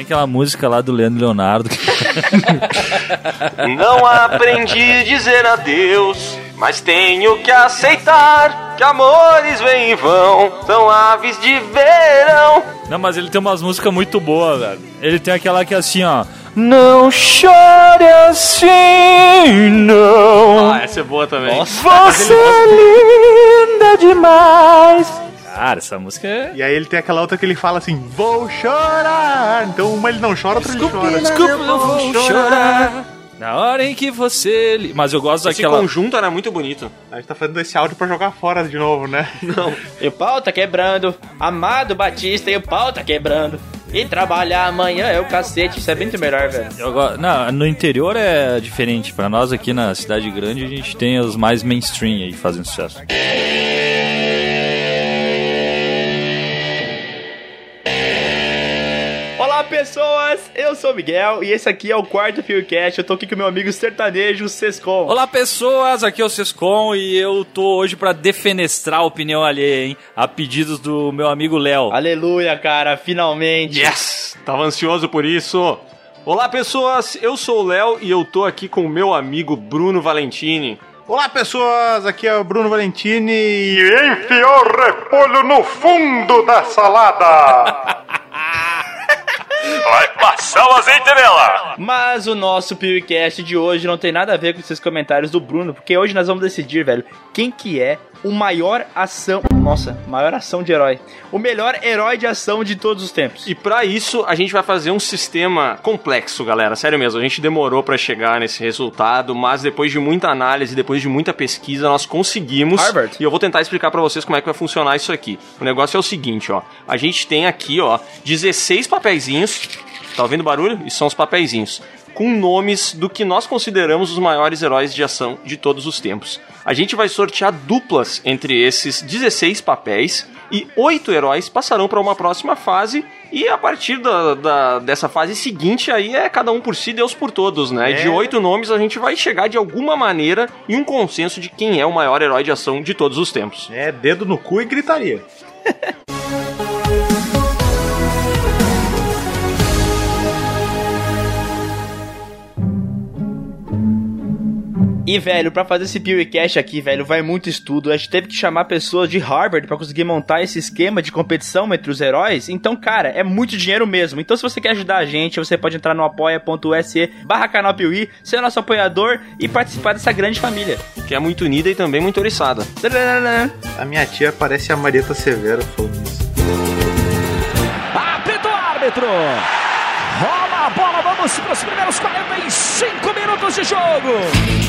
aquela música lá do Leandro Leonardo. Não aprendi a dizer adeus, mas tenho que aceitar que amores vêm e vão, são aves de verão. Não, mas ele tem umas músicas muito boas, velho. Ele tem aquela que é assim, ó. Não chore assim, não. Ah, essa é boa também. Você é linda demais. Cara, essa música é. E aí ele tem aquela outra que ele fala assim, vou chorar. Então uma ele não chora, outra ele chora. né? Desculpa, eu vou chorar. Na hora em que você. li- Mas eu gosto Esse daquela. conjunto era muito bonito. A gente tá fazendo esse áudio pra jogar fora de novo, né? Não. E o pau tá quebrando, amado Batista, e o pau tá quebrando. E trabalhar amanhã é o cacete, isso é muito melhor, velho. um Eu go- Não, no interior é diferente. Pra nós aqui na cidade grande, a gente tem os mais mainstream aí fazendo sucesso. Olá pessoas, eu sou o Miguel e esse aqui é o quarto Fiocast. Eu tô aqui com meu amigo sertanejo Sescon. Olá pessoas, aqui é o Sescom e eu tô hoje pra defenestrar a opinião alheia, hein? A pedidos do meu amigo Léo. Aleluia, cara, finalmente. Yes! Tava ansioso por isso. Olá, pessoas. Eu sou o Léo e eu tô aqui com o meu amigo Bruno Valentini. Olá, pessoas! Aqui é o Bruno Valentini e enfiou o repolho no fundo da salada. Vai passar o azeite nela. Mas o nosso Pewcast de hoje não tem nada a ver com esses comentários do Bruno, porque hoje nós vamos decidir, velho, quem que é o maior ação... Nossa, maior ação de herói. O melhor herói de ação de todos os tempos. E pra isso a gente vai fazer um sistema complexo, galera. Sério mesmo, a gente demorou pra chegar nesse resultado, mas depois de muita análise, depois de muita pesquisa, nós conseguimos. Harvard. E eu vou tentar explicar pra vocês como é que vai funcionar isso aqui. O negócio é o seguinte, ó. A gente tem aqui, ó, 16 papeizinhos. Tá ouvindo o barulho? Isso são os papeizinhos. Com nomes do que nós consideramos os maiores heróis de ação de todos os tempos. A gente vai sortear duplas entre esses 16 papéis e oito heróis passarão para uma próxima fase. E a partir da, da- dessa fase seguinte, aí é cada um por si, Deus por todos, né? De oito nomes, a gente vai chegar de alguma maneira em um consenso de quem é o maior herói de ação de todos os tempos. é dedo no cu e gritaria. E, velho, pra fazer esse PewCast aqui, velho, vai muito estudo. A gente teve que chamar pessoas de Harvard pra conseguir montar esse esquema de competição entre os heróis. Então, cara, é muito dinheiro mesmo. Então, se você quer ajudar a gente, você pode entrar no apoia.se barra canal Piuí, ser nosso apoiador e participar dessa grande família. Que é muito unida e também muito oriçada. Tadadadã. A minha tia parece a Marieta Severo falando isso. Apito árbitro! Rola a bola, vamos para os primeiros 45 minutos de jogo!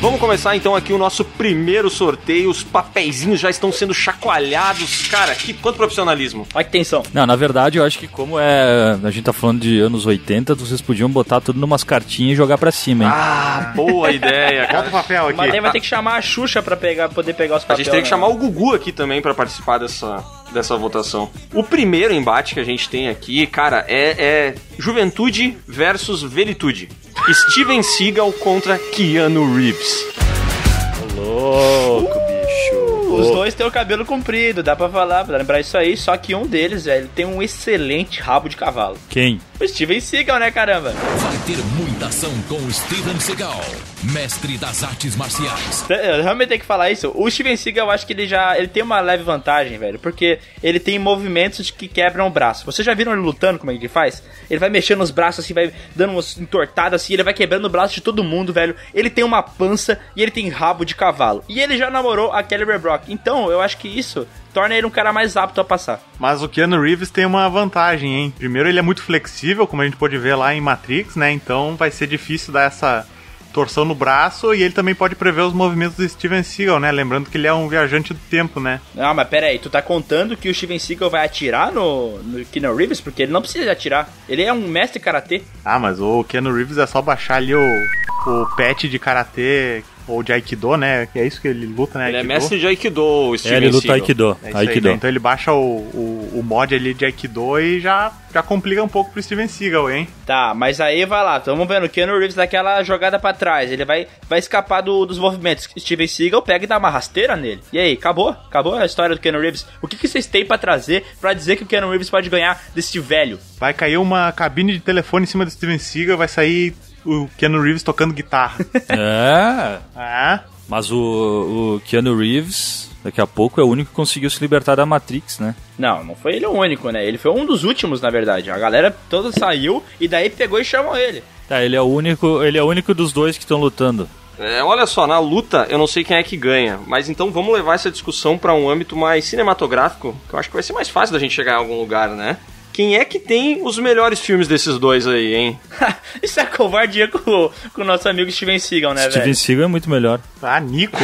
Vamos começar então aqui o nosso primeiro sorteio. Os papeizinhos já estão sendo chacoalhados. Cara, que quanto profissionalismo. Olha que tensão. Não, na verdade, eu acho que como é. A gente tá falando de anos 80, vocês podiam botar tudo numas cartinhas e jogar pra cima, hein? Ah, boa ideia, Bota cara. o papel aqui. Mas daí vai ter que chamar a Xuxa pra pegar, poder pegar os né? A papéis. gente tem que chamar o Gugu aqui também pra participar dessa, dessa votação. O primeiro embate que a gente tem aqui, cara, é, é Juventude versus Velitude. Steven Seagal contra Keanu Reeves. Os dois têm o cabelo comprido, dá pra falar, pra lembrar isso aí. Só que um deles, velho, tem um excelente rabo de cavalo. Quem? O Steven Seagal, né, caramba? Vai ter muita ação com o Steven Seagal, mestre das artes marciais. Eu realmente tenho que falar isso. O Steven Seagal, eu acho que ele já ele tem uma leve vantagem, velho. Porque ele tem movimentos que quebram o braço. Vocês já viram ele lutando como é que ele faz? Ele vai mexendo os braços assim, vai dando umas entortadas assim, ele vai quebrando o braço de todo mundo, velho. Ele tem uma pança e ele tem rabo de cavalo. E ele já namorou a Kelly Ray Brock. Então, eu acho que isso torna ele um cara mais apto a passar. Mas o Keanu Reeves tem uma vantagem, hein? Primeiro, ele é muito flexível, como a gente pôde ver lá em Matrix, né? Então vai ser difícil dar essa torção no braço e ele também pode prever os movimentos do Steven Seagal, né? Lembrando que ele é um viajante do tempo, né? Ah, mas pera aí, tu tá contando que o Steven Seagal vai atirar no, no Keanu Reeves? Porque ele não precisa atirar. Ele é um mestre karatê. Ah, mas o Keanu Reeves é só baixar ali o, o patch de karatê ou de Aikido, né? Que é isso que ele luta, né? Ele é Aikido. mestre de Aikido, o É, Steven ele luta Seagal. Aikido. É isso aí, Aikido. né? Então ele baixa o, o, o mod ali de Aikido e já, já complica um pouco pro Steven Seagal, hein? Tá, mas aí vai lá, tamo vendo, o Keanu Reeves daquela jogada pra trás, ele vai, vai escapar do- dos movimentos. Steven Seagal pega e dá uma rasteira nele. E aí, acabou? Acabou a história do Keanu Reeves? O que, que vocês têm pra trazer pra dizer que o Keanu Reeves pode ganhar desse velho? Vai cair uma cabine de telefone em cima do Steven Seagal e vai sair o Keanu Reeves tocando guitarra. É. ah, Mas o, o Keanu Reeves, daqui a pouco, é o único que conseguiu se libertar da Matrix, né? Não, não foi ele o único, né? Ele foi um dos últimos, na verdade. A galera toda saiu e daí pegou e chamou ele. Tá, ele é o único, ele é o único dos dois que estão lutando. É, olha só, na luta eu não sei quem é que ganha, mas então vamos levar essa discussão pra um âmbito mais cinematográfico, que eu acho que vai ser mais fácil da gente chegar em algum lugar, né? Quem é que tem os melhores filmes desses dois aí, hein? Isso é covardia com, o- com o nosso amigo Steven Seagal, né, Steven velho? Seagal é muito melhor. ah, Nico.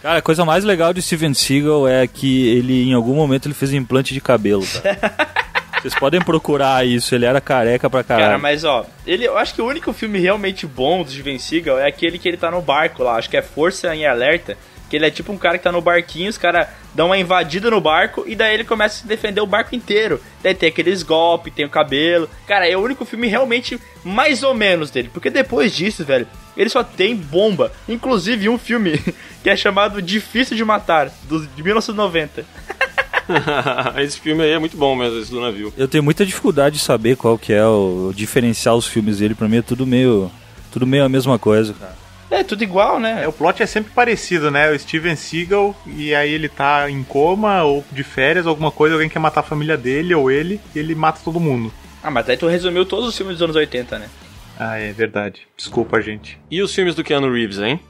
Cara, a coisa mais legal de Steven Seagal é que ele, em algum momento, ele fez implante de cabelo, cara. Vocês podem procurar isso, ele era careca pra caralho. Cara, mas ó, ele, eu acho que o único filme realmente bom do Steven Seagal é aquele que ele tá no barco lá, acho que é Força em Alerta, que ele é tipo um cara que tá no barquinho, os caras dão uma invadida no barco e daí ele começa a se defender o barco inteiro. Daí tem aqueles golpes, tem o cabelo. Cara, é o único filme realmente mais ou menos dele, porque depois disso, velho, ele só tem bomba. Inclusive um filme que é chamado Difícil de Matar, do, de 1990. Esse filme aí é muito bom mesmo, esse do navio. Eu tenho muita dificuldade de saber qual que é o, diferenciar os filmes dele, pra mim é tudo meio, tudo meio a mesma coisa, cara. É tudo igual, né? É, o plot é sempre parecido, né? O Steven Seagal e aí ele tá em coma ou de férias, alguma coisa, alguém quer matar a família dele ou ele, e ele mata todo mundo. Ah, mas daí tu resumiu todos os filmes dos anos 80, né? Ah, é verdade. Desculpa, gente. E os filmes do Keanu Reeves, hein?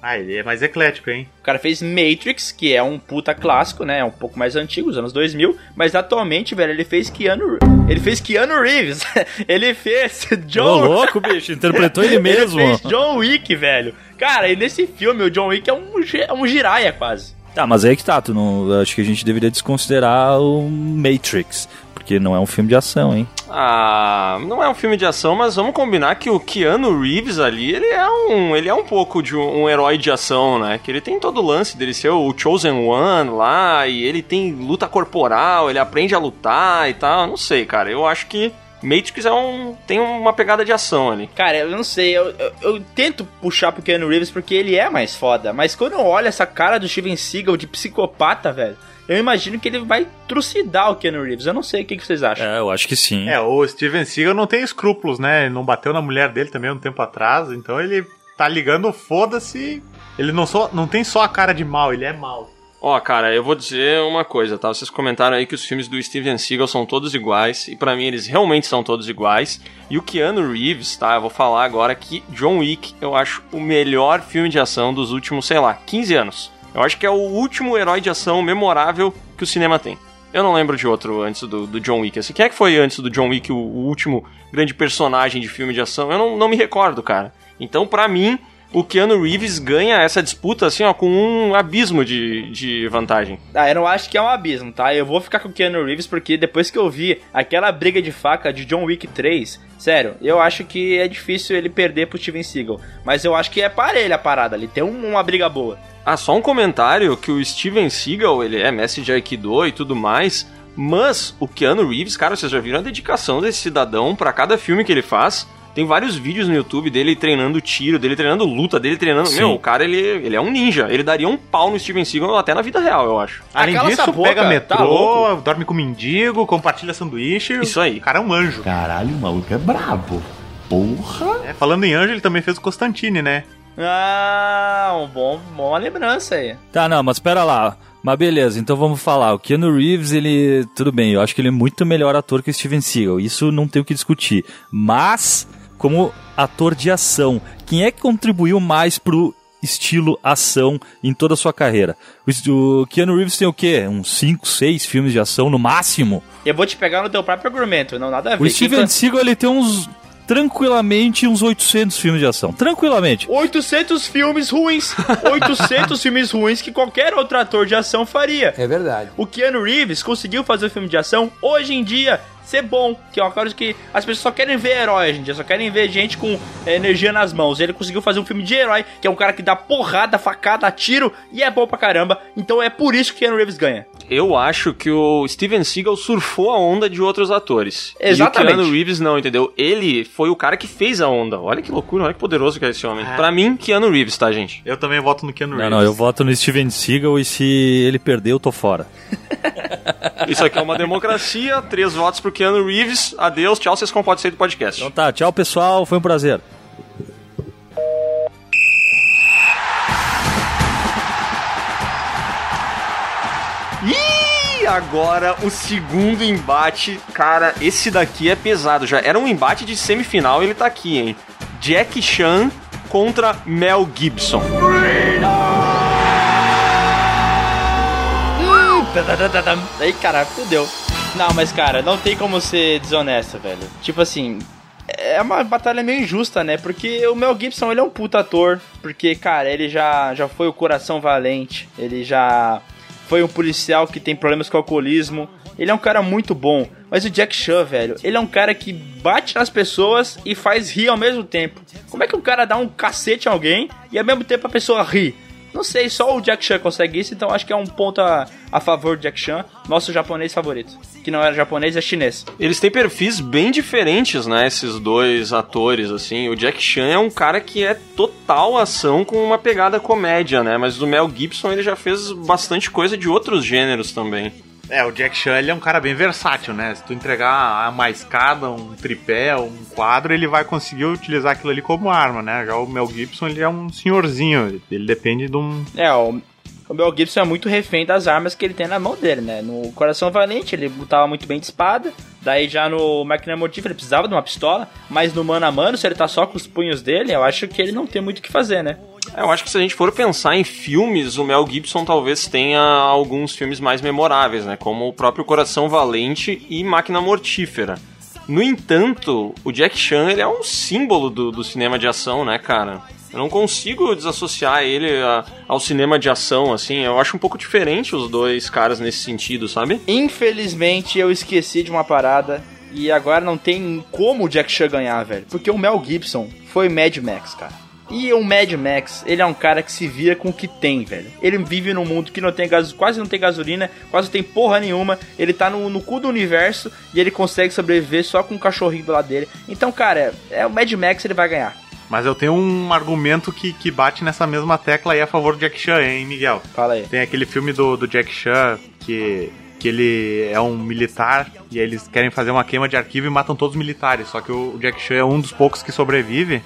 Ah, ele é mais eclético, hein? O cara fez Matrix, que é um puta clássico, né? É um pouco mais antigo, os anos 2000. Mas atualmente, velho, ele fez Keanu... Ele fez Keanu Reeves. ele fez Ô, John... louco, bicho, interpretou ele mesmo. Ele fez John Wick, velho. Cara, e nesse filme, o John Wick é um, gi- é um giraia, quase. Tá, mas aí que tá, tu não, acho que a gente deveria desconsiderar o Matrix, porque não é um filme de ação, hein? Ah, não é um filme de ação, mas vamos combinar que o Keanu Reeves ali, ele é um, ele é um pouco de um, um herói de ação, né? Que ele tem todo o lance dele ser o Chosen One lá, e ele tem luta corporal, ele aprende a lutar e tal. Não sei, cara. Eu acho que Matrix é um, tem uma pegada de ação ali. Cara, eu não sei, eu, eu- eu tento puxar pro Keanu Reeves porque ele é mais foda, mas quando eu olho essa cara do Steven Seagal de psicopata, velho, eu imagino que ele vai trucidar o Keanu Reeves. Eu não sei o que, que vocês acham. É, eu acho que sim. É, o Steven Seagal não tem escrúpulos, né? Ele não bateu na mulher dele também um tempo atrás, então ele tá ligando, foda-se. Ele não, só, não tem só a cara de mal, ele é mal. Ó, cara, eu vou dizer uma coisa, tá? Vocês comentaram aí que os filmes do Steven Seagal são todos iguais, e pra mim eles realmente são todos iguais. E o Keanu Reeves, tá? Eu vou falar agora que John Wick eu acho o melhor filme de ação dos últimos, sei lá, 15 anos. Eu acho que é o último herói de ação memorável que o cinema tem. Eu não lembro de outro antes do, do John Wick. Assim, quem é que foi antes do John Wick o, o último grande personagem de filme de ação? Eu não, não me recordo, cara. Então, pra mim, o Keanu Reeves ganha essa disputa, assim, ó, com um abismo de, de vantagem. Ah, eu não acho que é um abismo, tá? Eu vou ficar com o Keanu Reeves porque depois que eu vi aquela briga de faca de John Wick 3, sério, eu acho que é difícil ele perder pro Steven Seagal. Mas eu acho que é parelha a parada ali, tem um- uma briga boa. Ah, só um comentário que o Steven Seagal, ele é mestre de Aikido e tudo mais, mas o Keanu Reeves, cara, vocês já viram a dedicação desse cidadão pra cada filme que ele faz? Tem vários vídeos no YouTube dele treinando tiro, dele treinando luta, dele treinando... Sim. Meu, o cara, ele, ele é um ninja. Ele daria um pau no Steven Seagal até na vida real, eu acho. Além cala disso, essa boca, pega tá metrô, louco? dorme com mendigo, compartilha sanduíche. Isso aí. O cara é um anjo. Caralho, o maluco é brabo. Porra! É, falando em anjo, ele também fez o Constantine, né? Ah, um bom, uma lembrança aí. Tá, não, mas pera lá. Mas beleza, então vamos falar. O Keanu Reeves, ele. Tudo bem, eu acho que ele é muito melhor ator que o Steven Seagal. Isso não tem o que discutir. Mas, como ator de ação, quem é que contribuiu mais pro estilo ação em toda a sua carreira? O o Keanu Reeves tem o quê? Uns 5, 6 filmes de ação no máximo? Eu vou te pegar no teu próprio argumento, não nada a ver. Então, O Steven Seagal, ele tem uns. Tranquilamente, uns 800 filmes de ação. Tranquilamente. 800 filmes ruins. 800 filmes ruins que qualquer outro ator de ação faria. É verdade. O Keanu Reeves conseguiu fazer um filme de ação hoje em dia ser bom, que é uma coisa que as pessoas só querem ver herói hoje em dia, só querem ver gente com é, energia nas mãos. Ele conseguiu fazer um filme de herói, que é um cara que dá porrada, facada, tiro e é bom pra caramba. Então é por isso que Keanu Reeves ganha. Eu acho que o Steven Seagal surfou a onda de outros atores. Exatamente. E o Keanu Reeves não, entendeu? Ele foi o cara que fez a onda. Olha que loucura, olha que poderoso que é esse homem. Pra mim, Keanu Reeves, tá, gente? Eu também voto no Keanu Não, Reeves. não, eu voto no Steven Seagal e se ele perder, eu tô fora. Isso aqui é uma democracia, três votos pro Keanu Reeves. Adeus, tchau, vocês não podem sair do podcast. Então tá, tchau pessoal, foi um prazer. E agora o segundo embate. Cara, esse daqui é pesado já. Era um embate de semifinal e ele tá aqui, hein? Jack Chan contra Mel Gibson. Aí, cara, fudeu. Não, mas cara, não tem como ser desonesta, velho. Tipo assim, é uma batalha meio injusta, né? Porque o Mel Gibson, ele é um puta ator. Porque, cara, ele já, já foi o coração valente. Ele já foi um policial que tem problemas com o alcoolismo. Ele é um cara muito bom. Mas o Jack Chan, velho, ele é um cara que bate nas pessoas e faz rir ao mesmo tempo. Como é que um cara dá um cacete em alguém e ao mesmo tempo a pessoa ri? Não sei, só o Jack Chan consegue isso, então acho que é um ponto a, a favor do Jack Chan, nosso japonês favorito. Que não era japonês, é chinês. Eles têm perfis bem diferentes, né? Esses dois atores, assim. O Jack Chan é um cara que é total ação com uma pegada comédia, né? Mas o Mel Gibson ele já fez bastante coisa de outros gêneros também. É, o Jack Chan ele é um cara bem versátil, né? Se tu entregar uma escada, um tripé, um quadro, ele vai conseguir utilizar aquilo ali como arma, né? Já o Mel Gibson ele é um senhorzinho, ele depende de um. É, o, o Mel Gibson é muito refém das armas que ele tem na mão dele, né? No Coração Valente ele lutava muito bem de espada, daí já no Máquina Motiva ele precisava de uma pistola, mas no mano a mano, se ele tá só com os punhos dele, eu acho que ele não tem muito o que fazer, né? É, eu acho que se a gente for pensar em filmes, o Mel Gibson talvez tenha alguns filmes mais memoráveis, né? Como o próprio Coração Valente e Máquina Mortífera. No entanto, o Jack Chan ele é um símbolo do, do cinema de ação, né, cara? Eu não consigo desassociar ele a- ao cinema de ação, assim. Eu acho um pouco diferente os dois caras nesse sentido, sabe? Infelizmente eu esqueci de uma parada e agora não tem como o Jack Chan ganhar, velho. Porque o Mel Gibson foi Mad Max, cara. E o Mad Max, ele é um cara que se vira com o que tem, velho. Ele vive num mundo que não tem gaso, quase não tem gasolina, quase não tem porra nenhuma. Ele tá no, no cu do universo e ele consegue sobreviver só com um cachorrinho do lado dele. Então, cara, é, é o Mad Max ele vai ganhar. Mas eu tenho um argumento que, que bate nessa mesma tecla aí a favor do Jack Chan, hein, Miguel? Fala aí. Tem aquele filme do, do Jack Chan que, que ele é um militar e aí eles querem fazer uma queima de arquivo e matam todos os militares. Só que o, o Jack Chan é um dos poucos que sobrevive.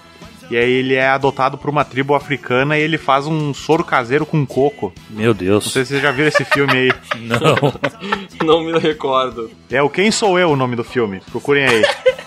E aí ele é adotado por uma tribo africana e ele faz um soro caseiro com coco. Meu Não Deus. sei se vocês já viram esse filme aí. Não. Não me recordo. É o Quem Sou Eu o nome do filme. Procurem aí.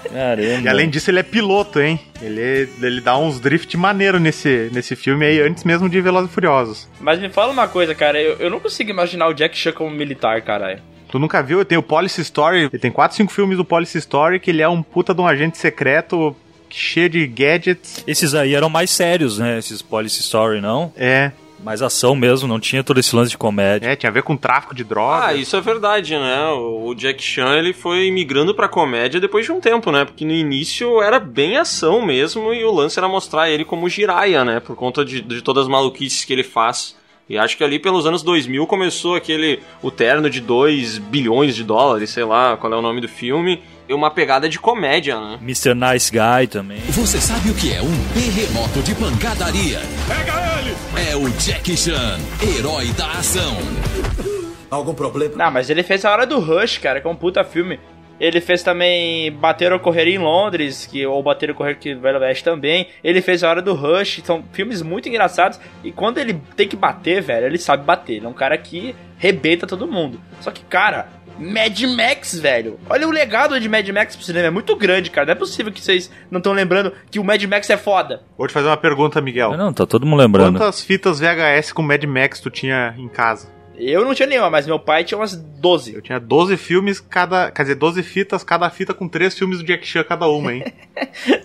Caramba. E além disso, ele é piloto, hein? Ele, ele dá uns drift maneiro nesse, nesse filme aí, antes mesmo de Velozes e Furiosos. Mas me fala uma coisa, cara, eu, eu não consigo imaginar o Jack Chan como militar, caralho. Tu nunca viu? Tem o Policy Story. Ele tem 4, 5 filmes do Policy Story, que ele é um puta de um agente secreto cheio de gadgets. Esses aí eram mais sérios, né? Esses Policy Story, não? É, Mais ação mesmo, não tinha todo esse lance de comédia. é, tinha a ver com tráfico de Ah, drogas. isso é verdade, né? O o Jack Chan ele foi migrando pra comédia depois de um tempo, né? Porque no início era bem ação mesmo e o lance era mostrar ele como Jiraiya, né? Por conta de, de todas as maluquices que ele faz. E acho que ali pelos anos 2000 começou aquele o terno de 2 bilhões de dólares, sei lá qual é o nome do filme, e uma pegada de comédia, né? É. Mr. Nice Guy também. Você sabe o que é um terremoto de pancadaria? Pega ele! É o Jack Chan, herói da ação. Não, mas ele fez a hora do Rush, cara, que é um puta filme. Ele fez também Bater ou Correr em Londres, que ou Bater ou Correr que Velho Oeste também. Ele fez a hora do Rush, são filmes muito engraçados. E quando ele tem que bater, velho, ele sabe bater. Ele é um cara que rebenta todo mundo. Só que, cara, Mad Max, velho. Olha o legado de Mad Max pro cinema, é muito grande, cara. Não é possível que vocês não estão lembrando que o Mad Max é foda. Vou te fazer uma pergunta, Miguel. Não, Não, tá todo mundo lembrando. Quantas fitas VHS com Mad Max tu tinha em casa? Eu não tinha nenhuma, mas meu pai tinha umas 12. Eu tinha 12 filmes, cada. Quer dizer, 12 fitas, cada fita com três filmes do Jack Chan cada uma, hein?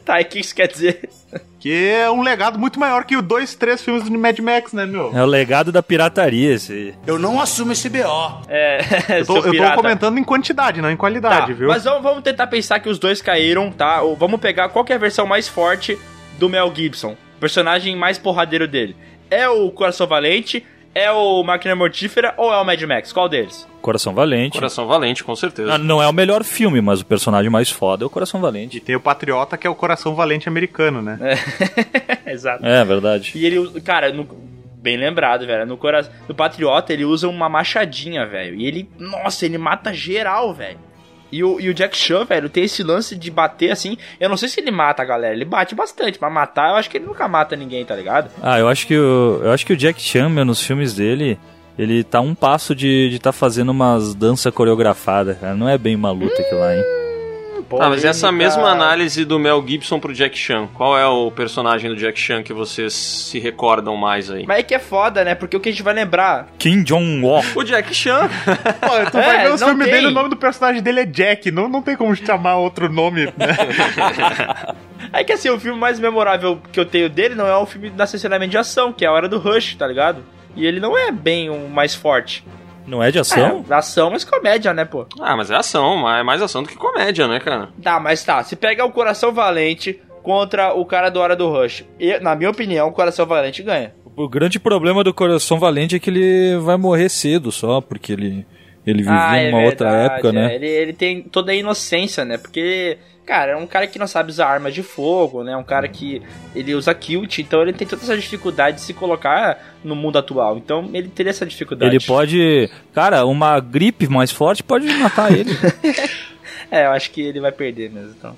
Tá, e o que isso quer dizer? Que é um legado muito maior que o dois, três filmes do Mad Max, né, meu? É o legado da pirataria esse aí. Eu não assumo esse BO. É, Tá, Eu tô, eu tô comentando em quantidade, não em qualidade, viu? Mas vamos, vamos tentar pensar que os dois caíram, tá? Ou vamos pegar qual que é a versão mais forte do Mel Gibson. O personagem mais porradeiro dele. É o Coração Valente, é o Máquina Mortífera ou é o Mad Max? Qual deles? Coração Valente. Coração Valente, com certeza. Ah, não é o melhor filme, mas o personagem mais foda é o Coração E Valente. tem o Patriota, que é o coração valente americano, né? É, exato. É verdade. E ele, usa- cara, no- bem lembrado, velho. No, cora... no Patriota ele usa uma machadinha, velho. E ele, nossa, ele mata geral, velho. E o, e o Jack Chan, velho, tem esse lance de bater assim. Eu não sei se ele mata a galera, ele bate bastante, mas matar eu acho que ele nunca mata ninguém, tá ligado? Ah, eu acho que o, eu acho que o Jack Chan, meu, nos filmes dele, ele tá um passo de estar fazendo umas danças coreografadas, cara. Não é bem uma luta aquilo lá, hein? Tá, mas essa mesma análise do Mel Gibson pro Jack Chan, qual é o personagem do Jack Chan que vocês se recordam mais aí? Mas é que é foda, né? Porque o que a gente vai lembrar. Kim Jong-un. O Jack Chan? Pô, tu É, Então vai ver os não filmes tem. dele, o nome do personagem dele é Jack. Não, não tem como chamar outro nome, né? É que assim, o filme mais memorável que eu tenho dele não é um filme necessariamente de ação, que é a hora do Rush, tá ligado? E ele não é bem o mais forte. Não é de ação? É, ação, mas comédia, né, pô? Ah, mas é ação, mas é mais ação do que comédia, né, cara? Tá, mas tá. Se pegar o Coração Valente contra o cara do Hora do Rush, e, na minha opinião, o Coração Valente ganha. O grande problema do Coração Valente é que ele vai morrer cedo só, porque ele, ele viveu é numa outra verdade, época, né? é. Ele, ele tem toda a inocência, né? Porque, cara, é um cara que não sabe usar arma de fogo, né? Um cara que ele usa kilt, então ele tem toda essa dificuldade de se colocar no mundo atual. Então ele teria essa dificuldade. Ele pode. Cara, uma gripe mais forte pode matar ele. É, eu acho que ele vai perder mesmo, então.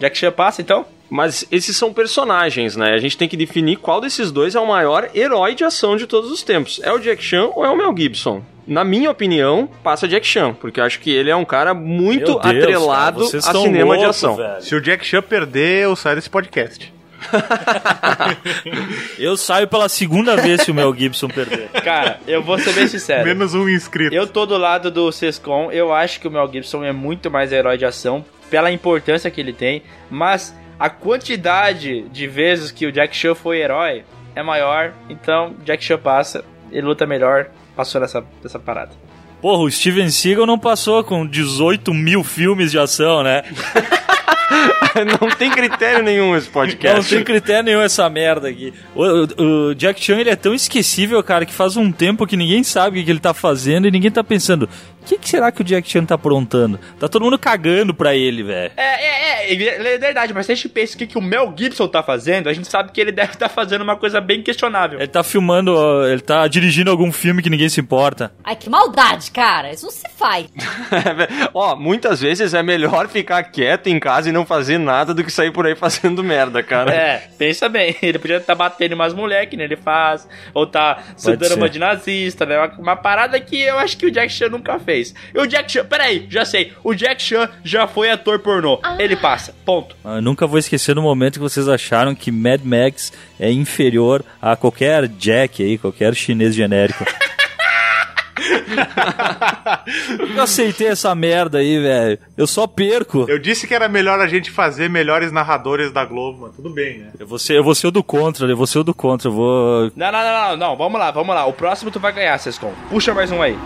Jack Chan passa, então? Mas esses são personagens, né? A gente tem que definir qual desses dois é o maior herói de ação de todos os tempos. É o Jack Chan ou é o Mel Gibson? Na minha opinião, passa Jack Chan, porque eu acho que ele é um cara muito Meu Deus, cara, atrelado vocês a são cinema de loucos, ação. velho. Se o Jack Chan perder, eu saio desse podcast. Eu saio pela segunda vez se o Mel Gibson perder. Cara, eu vou ser bem sincero. Menos um inscrito. Eu tô do lado do Sescon, eu acho que o Mel Gibson é muito mais herói de ação pela importância que ele tem, mas a quantidade de vezes que o Jack Chan foi herói é maior, então Jack Chan passa, ele luta melhor, passou nessa, nessa parada. Porra, o Steven Seagal não passou com 18 mil filmes de ação, né? Não tem critério nenhum esse Não podcast. tem critério nenhum essa merda aqui. O, o- o Jack Chan ele é tão esquecível, cara, que faz um tempo que ninguém sabe o que que ele tá fazendo e ninguém tá pensando. O que, que será que o Jack Chan tá aprontando? Tá todo mundo cagando pra ele, velho. É, é, é, é verdade, mas se a gente pensa o que, que o Mel Gibson tá fazendo, a gente sabe que ele deve estar fazendo uma coisa bem questionável. Ele tá filmando, ó, ele tá dirigindo algum filme que ninguém se importa. Ai, que maldade, cara. Isso não se faz. Ó, muitas vezes é melhor ficar quieto em casa e não fazer nada do que sair por aí fazendo merda, cara. É, pensa bem, ele podia estar batendo em umas moleques, né? Ele faz, ou tá se dando ser. uma de nazista, né? Uma, uma parada que eu acho que o Jack Chan nunca fez. E o Jack Chan, peraí, já sei, o Jack Chan já foi ator pornô. Ele passa, ponto. Ah, Eu nunca vou esquecer do momento que vocês acharam que Mad Max é inferior a qualquer Jack aí, qualquer chinês genérico. Eu aceitei essa merda aí, velho. Eu só perco. Eu disse que era melhor a gente fazer melhores narradores da Globo, mas tudo bem, né? Eu vou ser, eu vou ser o do contra, eu vou ser o do contra, eu vou. Não, não, não, não, não, vamos lá, vamos lá. O próximo tu vai ganhar, Sescon. Puxa mais um aí.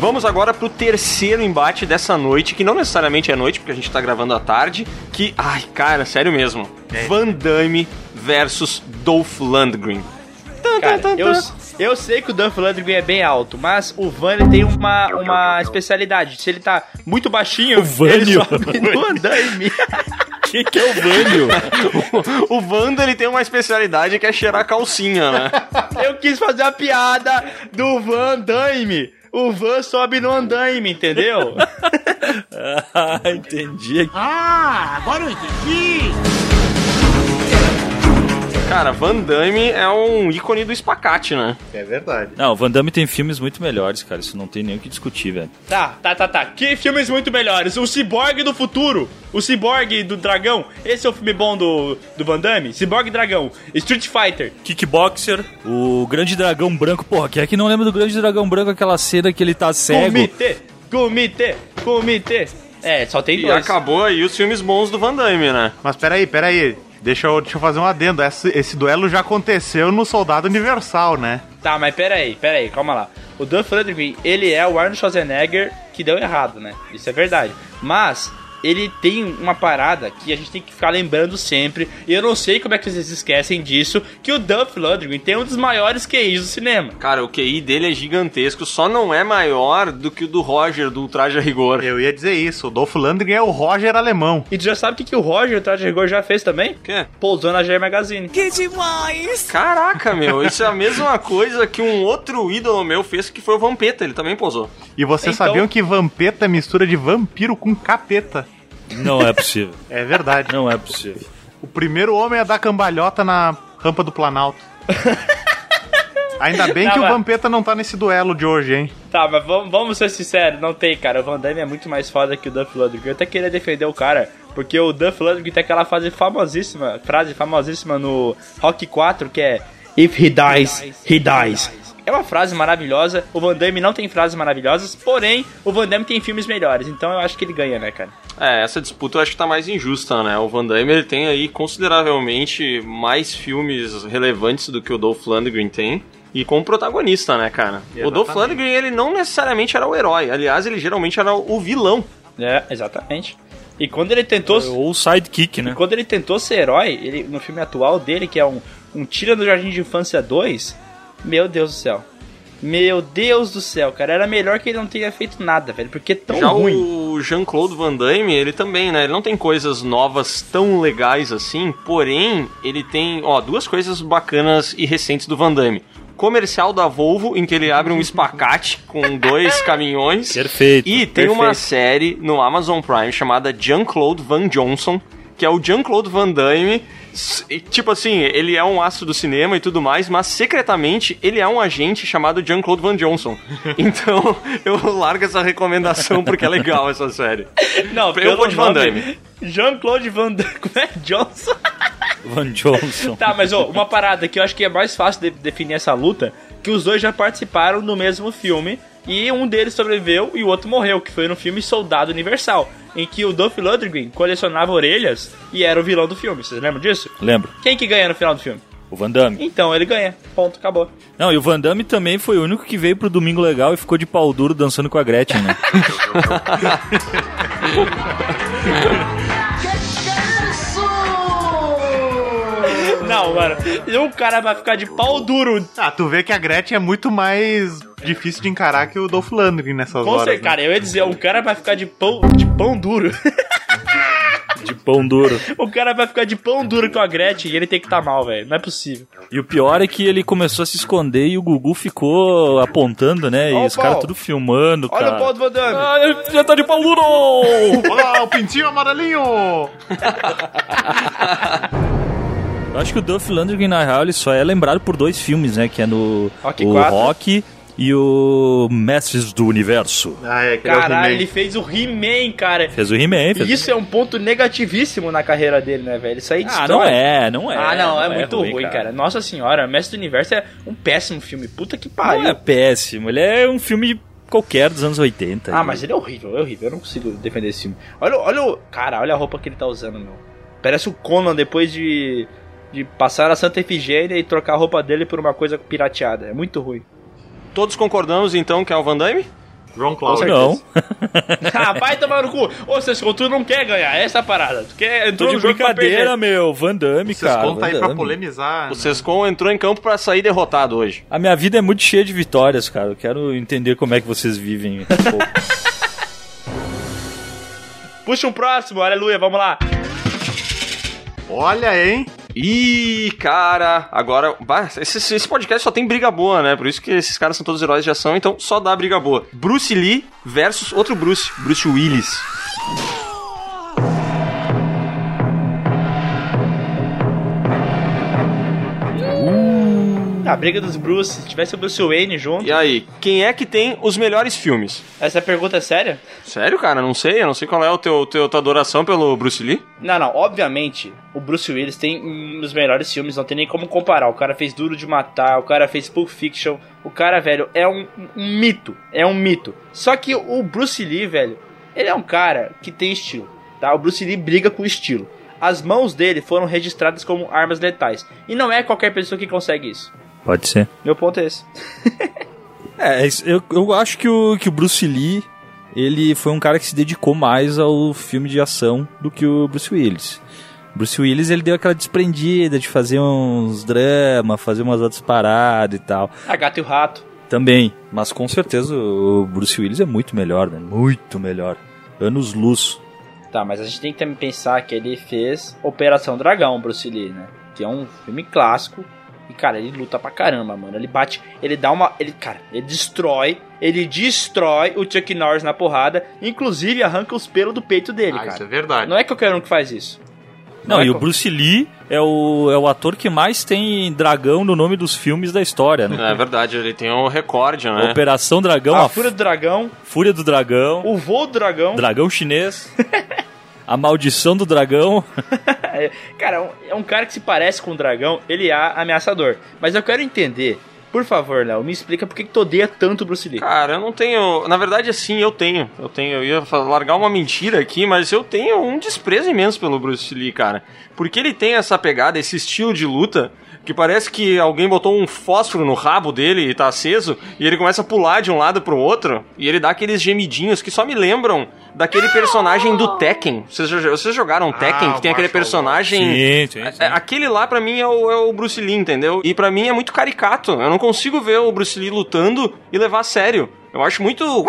Vamos agora pro terceiro embate dessa noite, que não necessariamente é noite, porque a gente tá gravando à tarde, que, ai, cara, sério mesmo. Van Damme versus Dolph Lundgren. Tá, Cara, eu, eu sei que o Duff Lundgren é bem alto, mas o Van ele tem uma, uma especialidade. Se ele tá muito baixinho, O ele Vânio. sobe no andaime. Que que é o Vânio? O Wanda, ele tem uma especialidade que é cheirar calcinha, né? Eu quis fazer a piada do Van Damme. O Van sobe no andaime, entendeu? ah, entendi. Ah, agora eu entendi. Cara, Van Damme é um ícone do espacate, né? É verdade. Não, o Van Damme tem filmes muito melhores, cara. Isso não tem nem o que discutir, velho. Tá, tá, tá, tá. Que filmes muito melhores. O Ciborgue do Futuro. O Ciborgue do Dragão. Esse é o filme bom do, do Van Damme. Ciborgue Dragão. Street Fighter. Kickboxer, o Grande Dragão Branco. Porra, quem é que não lembra do Grande Dragão Branco, aquela cena que ele tá cego? Comitê. Comitê. Comitê. É, só tem E dois. acabou aí os filmes bons do Van Damme, né? Mas peraí, peraí. Deixa eu, deixa eu fazer um adendo. Esse, esse duelo já aconteceu no Soldado Universal, né? Tá, mas peraí, peraí, calma lá. O Dolph Lundgren, ele é o Arnold Schwarzenegger que deu errado, né? Isso é verdade. Mas ele tem uma parada que a gente tem que ficar lembrando sempre. E eu não sei como é que vocês esquecem disso, que o Dolph Lundgren tem um dos maiores QIs do cinema. Cara, o QI dele é gigantesco, só não é maior do que o do Roger, do Traje a Rigor. Eu ia dizer isso. O Dolph Lundgren é o Roger alemão. E tu já sabe o que, que o Roger, o Traje Rigor, já fez também? Quê? Pousou na G Magazine. Caraca, meu, isso é a mesma coisa que um outro ídolo meu fez, que foi o Vampeta, ele também posou. E vocês Então- sabiam que vampeta é mistura de vampiro com capeta. Não é possível. É verdade. Não é possível. O primeiro homem a dar cambalhota na rampa do Planalto. Ainda bem Tá, que mas- o Vampeta não tá nesse duelo de hoje, hein? Tá, mas vamos, vamos ser sinceros, não tem, cara. O Van Damme é muito mais foda que o Duff Lundgren. Eu até queria defender o cara, porque o Duff Lundgren tem aquela frase famosíssima, frase famosíssima no Rock 4, que é If he dies, he dies. É uma frase maravilhosa. O Van Damme não tem frases maravilhosas, porém, o Van Damme tem filmes melhores. Então eu acho que ele ganha, né, cara? É, essa disputa eu acho que tá mais injusta, né? O Van Damme ele tem aí consideravelmente mais filmes relevantes do que o Dolph Lundgren tem. E como protagonista, né, cara? O Dolph Lundgren, ele não necessariamente era o herói. Aliás, ele geralmente era o vilão. É, exatamente. E quando ele tentou. Ou sidekick, né? Quando ele tentou ser herói, ele, no filme atual dele, que é um, um Tira do Jardim de Infância 2, meu Deus do céu. Meu Deus do céu, cara, era melhor que ele não tenha feito nada, velho, porque é tão Já ruim. o Jean-Claude Van Damme, ele também, né? Ele não tem coisas novas tão legais assim, porém, ele tem, ó, duas coisas bacanas e recentes do Van Damme. Comercial da Volvo, em que ele abre um espacate com dois caminhões. Perfeito. E tem uma perfeito. série no Amazon Prime chamada Jean-Claude Van Johnson, que é o Jean-Claude Van Damme. S- e, Tipo assim, ele é um astro do cinema e tudo mais, mas secretamente ele é um agente chamado Jean-Claude Van Johnson. Então eu largo essa recomendação porque é legal essa série. Não, eu vou de Van nome, Damme. um Jean-Claude Van Damme, como é? Johnson? Van Johnson. Tá, mas ó, uma parada que eu acho que é mais fácil de definir essa luta, que os dois já participaram no mesmo filme e um deles sobreviveu e o outro morreu, que foi no filme Soldado Universal, em que o Dolph Lundgren colecionava orelhas e era o vilão do filme. Vocês lembram disso? Lembro. Quem que ganha no final do filme? O Van Damme. Então ele ganha. Ponto, acabou. Não, e o Van Damme também foi o único que veio pro Domingo Legal e ficou de pau duro dançando com a Gretchen, né? Não, mano. Um cara vai ficar de pau duro. Ah, tu vê que a Gretchen é muito mais difícil de encarar que o Dolph Lundgren nessas Com horas. certeza, né? cara, eu ia dizer, um cara vai ficar de pão, de pão duro. De pão duro. o cara vai ficar de pão duro com a Gretchen e ele tem que tá mal, velho. Não é possível. E o pior é que ele começou a se esconder e o Gugu ficou apontando, né? Ó E o os caras pau. tudo filmando, cara. do Van Damme. Ah, ele já tá de pau duro! Olá, o pintinho amarelinho! Eu acho que o Duff Lundgren, na real, ele só é lembrado por dois filmes, né? Que é no Rock o 4. Rock e o Mestres do Universo. Ah, é, aquele é o Caralho, ele He-Man. fez o He-Man, cara. Fez o He-Man, fez... E isso é um ponto negativíssimo na carreira dele, né, velho? Isso aí Ah, destrói. não é, não é. Ah, não, é muito ruim, cara. Não Nossa senhora, Mestre do Universo é um péssimo filme. Puta que Não é pariu. péssimo, ele é um filme qualquer dos anos 80. Ah, mas ele é horrível, é horrível. Eu não consigo defender esse filme. Olha, o- olha o. Cara, olha a roupa que ele tá usando, meu. Parece o Conan depois de. De passar a Santa Efigênia e trocar a roupa dele por uma coisa pirateada. É muito ruim. Todos concordamos então que é o Van Damme? João Cláudio. Não, ah, vai tomar no cu! Ô, Sescon, tu não quer ganhar essa é a parada. Tu quer. tô Entrou de no jogo pra brincadeira, perder. meu. Van Damme, Vocês cara. contam Van tá aí pra Damme. polemizar. né? O Sescon entrou em campo pra sair derrotado hoje. A minha vida é muito cheia de vitórias, cara. Eu quero entender como é que vocês vivem. Pô, Puxa um próximo, aleluia, vamos lá. Olha, hein? Ih, cara, agora. bah, Esse, esse podcast só tem briga boa, né? Por isso que esses caras são todos heróis de ação, então só dá briga boa. Bruce Lee versus outro Bruce, Bruce Willis. briga dos Bruce, se tivesse o Bruce Wayne junto. E aí, quem é que tem os melhores filmes? Essa pergunta é séria? Sério, cara? Não sei. Eu não sei qual é o teu, teu tua adoração pelo Bruce Lee. Não, não, obviamente, o Bruce Willis tem um dos melhores filmes, não tem nem como comparar. O cara fez Duro de Matar, o cara fez Pulp Fiction, o cara, velho, é um, um mito, é um mito. Só que o Bruce Lee, velho, ele é um cara que tem estilo, tá? O Bruce Lee briga com estilo. As mãos dele foram registradas como armas letais. E não é qualquer pessoa que consegue isso. Pode ser. Meu ponto é esse. É, isso- eu, eu acho que o, que o Bruce Lee, ele foi um cara que se dedicou mais ao filme de ação do que o Bruce Willis. Bruce Willis, ele deu aquela desprendida de fazer uns dramas, fazer umas outras paradas e tal. A gata e o rato. Também. Mas com certeza o Bruce Willis é muito melhor, né? Muito melhor. Anos luz. Tá, mas a gente tem que também pensar que ele fez Operação Dragão, Bruce Lee, né? Que é um filme clássico. E, cara, ele luta pra caramba, mano. Ele bate, ele dá uma. Ele, cara, ele destrói. Ele destrói o Chuck Norris na porrada. Inclusive, arranca os pelos do peito dele, ah, isso é cara. verdade. Não é qualquer um que faz isso. Não, é e o qual- Bruce Lee é o, é o ator que mais tem dragão no nome dos filmes da história, né? É verdade, ele tem o recorde, né? Operação Dragão, a a Fúria do Dragão, Fúria do Dragão. o Voo do Dragão. Dragão chinês. A maldição do dragão. É, Cara, um- é um cara que se parece com um dragão, ele é ameaçador. Mas eu quero entender, por favor, Léo, me explica por que, que tu odeia tanto o Bruce Lee. Cara, eu não tenho. Na verdade, assim, eu tenho. Eu tenho. Eu ia fa- largar uma mentira aqui, mas eu tenho um desprezo imenso pelo Bruce Lee, cara. Porque ele tem essa pegada, esse estilo de luta, que parece que alguém botou um fósforo no rabo dele e tá aceso, e ele começa a pular de um lado pro outro, e ele dá aqueles gemidinhos que só me lembram daquele personagem do Tekken. Vocês, jo- vocês jogaram Tekken? Ah, que tem aquele Marshall personagem. É, é, Aquele lá, pra mim, é o, é o Bruce Lee, entendeu? E pra mim é muito caricato. Eu não consigo ver o Bruce Lee lutando e levar a sério. Eu acho muito.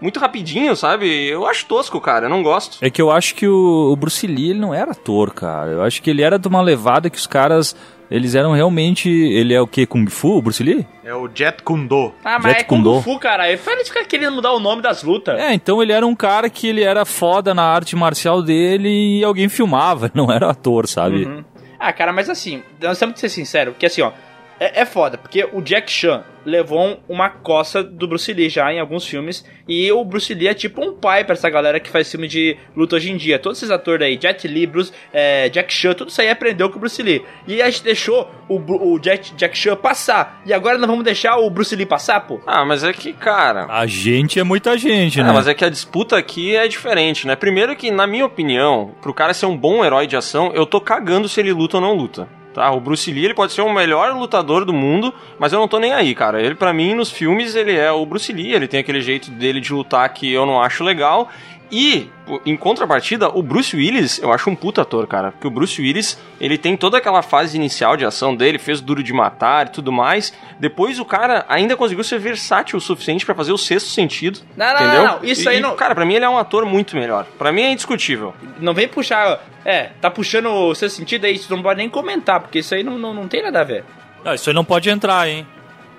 Muito rapidinho, sabe? Eu acho tosco, cara. Eu não gosto. É que eu acho que o, o Bruce Lee ele não era ator, cara. Eu acho que ele era de uma levada que os caras. Eles eram realmente. Ele é o quê? Kung Fu, o Bruce Lee? É o Jet Kundo. Ah, mas Jet é Kung Kune-Do. Fu, cara. Eu falei de ficar querendo mudar o nome das lutas. É, então ele era um cara que ele era foda na arte marcial dele e alguém filmava. Não era ator, sabe? Uhum. Ah, cara, mas assim, nós temos que ser sinceros, porque assim, ó, é, é foda, porque o Jack Chan levou um- uma coça do Bruce Lee já em alguns filmes, e o Bruce Lee é tipo um pai pra essa galera que faz filme de luta hoje em dia. Todos esses atores aí, Jet Li, Bruce, é, Jack Chan, tudo isso aí aprendeu com o Bruce Lee. E a gente deixou o, Bru- o Jack, Jack Chan passar, e agora nós vamos deixar o Bruce Lee passar, pô? Ah, mas é que, cara. A gente é muita gente, né? Ah, mas é que a disputa aqui é diferente, né? Primeiro que, na minha opinião, pro cara ser um bom herói de ação, eu tô cagando se ele luta ou não luta. Tá? O Bruce Lee, ele pode ser o melhor lutador do mundo, mas eu não tô nem aí, cara. Ele, pra mim, nos filmes, ele é o Bruce Lee, ele tem aquele jeito dele de lutar que eu não acho legal. E, pô, em contrapartida, o Bruce Willis, eu acho um puta ator, cara. Porque o Bruce Willis, ele tem toda aquela fase inicial de ação dele, fez Duro de Matar e tudo mais. Depois o cara ainda conseguiu ser versátil o suficiente pra fazer o sexto sentido. Não, não, entendeu? não, não, isso aí E, não- Cara, pra mim ele é um ator muito melhor. Pra mim é indiscutível. Não vem puxar, é, tá puxando o seu sentido aí, tu não pode nem comentar, porque isso aí não, não, não tem nada a ver. é- Ah, isso aí não pode entrar, hein?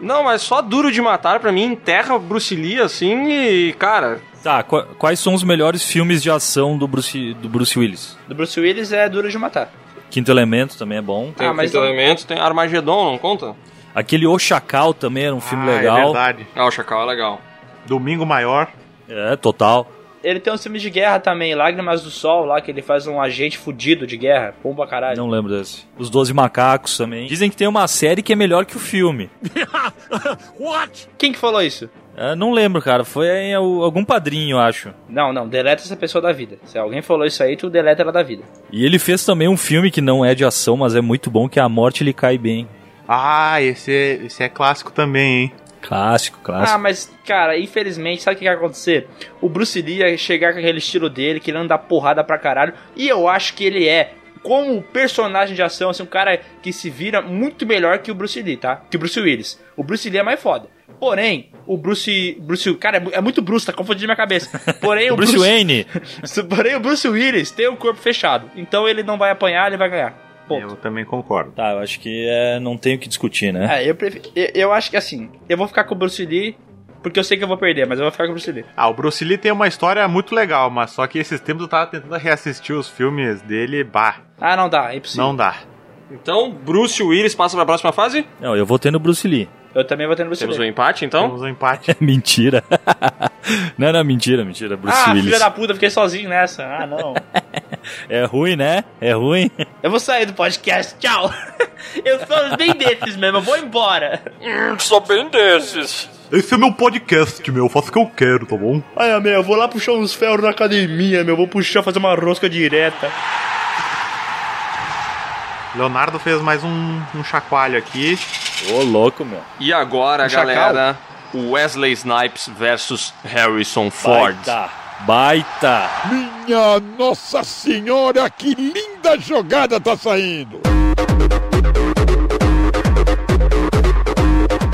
Não, mas só Duro de Matar, pra mim, enterra o Bruce Lee, assim, e, cara... Tá, qua- quais são os melhores filmes de ação do Bruce, do Bruce Willis? Do Bruce Willis é duro de matar. Quinto Elemento também é bom. Tem Ah, mas Quinto não- Elemento, tem Armagedon, não conta? Aquele O Chacal também era um filme Ah, É legal. verdade. Ah, o Chacal é legal. Domingo Maior. É, total. Ele tem uns filmes de guerra também, Lágrimas do Sol, lá que ele faz um agente fudido de guerra, pomba caralho. Não lembro desse. Os Doze Macacos também. Dizem que tem uma série que é melhor que o filme. Quem que falou isso? É, não lembro, cara. Foi em al- algum padrinho, eu acho. Não, não, deleta essa pessoa da vida. Se alguém falou isso aí, tu deleta ela da vida. E ele fez também um filme que não é de ação, mas é muito bom, que é A Morte Lhe Cai Bem. Ah, esse é, esse é clássico também, hein? Clássico, Ah, clássico. mas, cara, infelizmente, sabe o que vai acontecer? O Bruce Lee ia chegar com aquele estilo dele, querendo dar porrada pra caralho, e eu acho que ele é, como personagem de ação, assim, um cara que se vira muito melhor que o Bruce Lee, tá? Que o Bruce Willis. O Bruce Lee é mais foda. Porém, o Bruce. Bruce cara, é mu- é muito Bruce, tá confundindo minha cabeça. Porém, o, O Bruce Wayne. Porém, o Bruce Willis tem o corpo fechado. Então ele não vai apanhar, ele vai ganhar. Ponto. Eu também concordo. Tá, eu acho que é, não tem o que discutir, né? É, eu, prefiro, eu, eu acho que assim, eu vou ficar com o Bruce Lee, porque eu sei que eu vou perder, mas eu vou ficar com o Bruce Lee. Ah, o Bruce Lee tem uma história muito legal, mas só que esses tempos eu tava tentando reassistir os filmes dele, bah, Ah, não dá, é impossível. não dá. Então, Bruce Willis passa pra próxima fase? Não, eu votei no Bruce Lee. Eu também vou tendo você. Temos um empate, então? Temos um empate. É mentira. não, não, mentira, mentira. Bruce Ah, Willis. filha da puta, fiquei sozinho nessa. Ah, não. É ruim, né? É ruim. Eu vou sair do podcast, tchau. Eu sou bem desses mesmo, eu vou embora. Sou bem desses. Esse é meu podcast, meu. Eu faço o que eu quero, tá bom? Ai, meu, eu vou lá puxar uns ferros na academia, meu. Vou puxar, fazer uma rosca direta. Leonardo fez mais um, um chacoalho aqui. Ô, louco, meu. E agora, chacal. galera, Wesley Snipes versus Harrison Ford. Baita. Baita. Minha Nossa Senhora, que linda jogada tá saindo!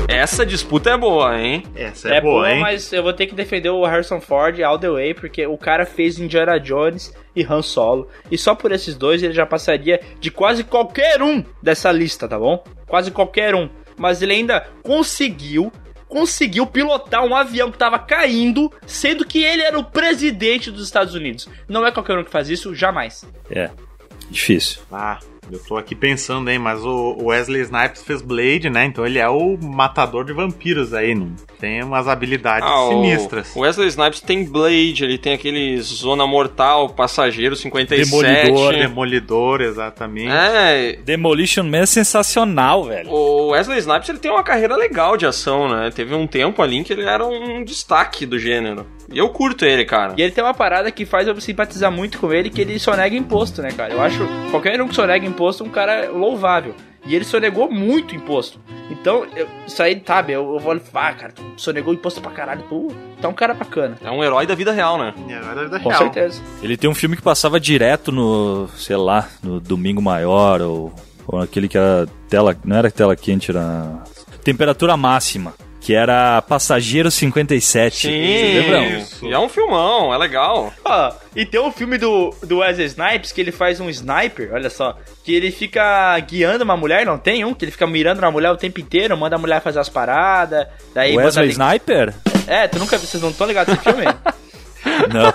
Essa disputa é boa, hein? Essa é, É, boa, boa, hein? mas eu vou ter que defender o Harrison Ford all the way, porque o cara fez Indiana Jones e Han Solo. E só por esses dois ele já passaria de quase qualquer um dessa lista, tá bom? Quase qualquer um. Mas ele ainda conseguiu, conseguiu pilotar um avião que tava caindo, sendo que ele era o presidente dos Estados Unidos. Não é qualquer um que faz isso, jamais. É. Difícil. Ah, eu tô aqui pensando, hein, mas o o Wesley Snipes fez Blade, né? Então ele é o matador de vampiros aí, não? Tem umas habilidades Ah, o- sinistras. O Wesley Snipes tem Blade, ele tem aquele Zona Mortal, Passageiro 57. Demolidor, né? demolidor, exatamente. É, Demolition Man é sensacional, velho. o Wesley Snipes ele tem uma carreira legal de ação, né? Teve um tempo ali em que ele era um destaque do gênero. E eu curto ele, cara. E ele tem uma parada que faz eu simpatizar muito com ele, que ele só nega imposto, né, cara? Eu acho qualquer um que só nega imposto um cara louvável. E ele sonegou muito imposto. Então, eu, isso aí, sabe, eu, eu vou olhar e falar, ah, cara, tu sonegou imposto pra caralho. Tu tá um cara bacana. É um herói da vida real, né? É a vida Com real. certeza. Ele tem um filme que passava direto no, sei lá, no Domingo Maior ou, ou aquele que era tela, não era tela quente, era temperatura máxima, que era Passageiro 57. Vocês lembram? Sim, e é um filmão, é legal. Ó, e tem um filme do, do Wesley Snipes que ele faz um sniper, olha só, que ele fica guiando uma mulher, não tem um? Que ele fica mirando na mulher o tempo inteiro, manda a mulher fazer as paradas, daí manda Wesley ele- Sniper? É, tu nunca, vocês não estão ligados nesse filme? Não.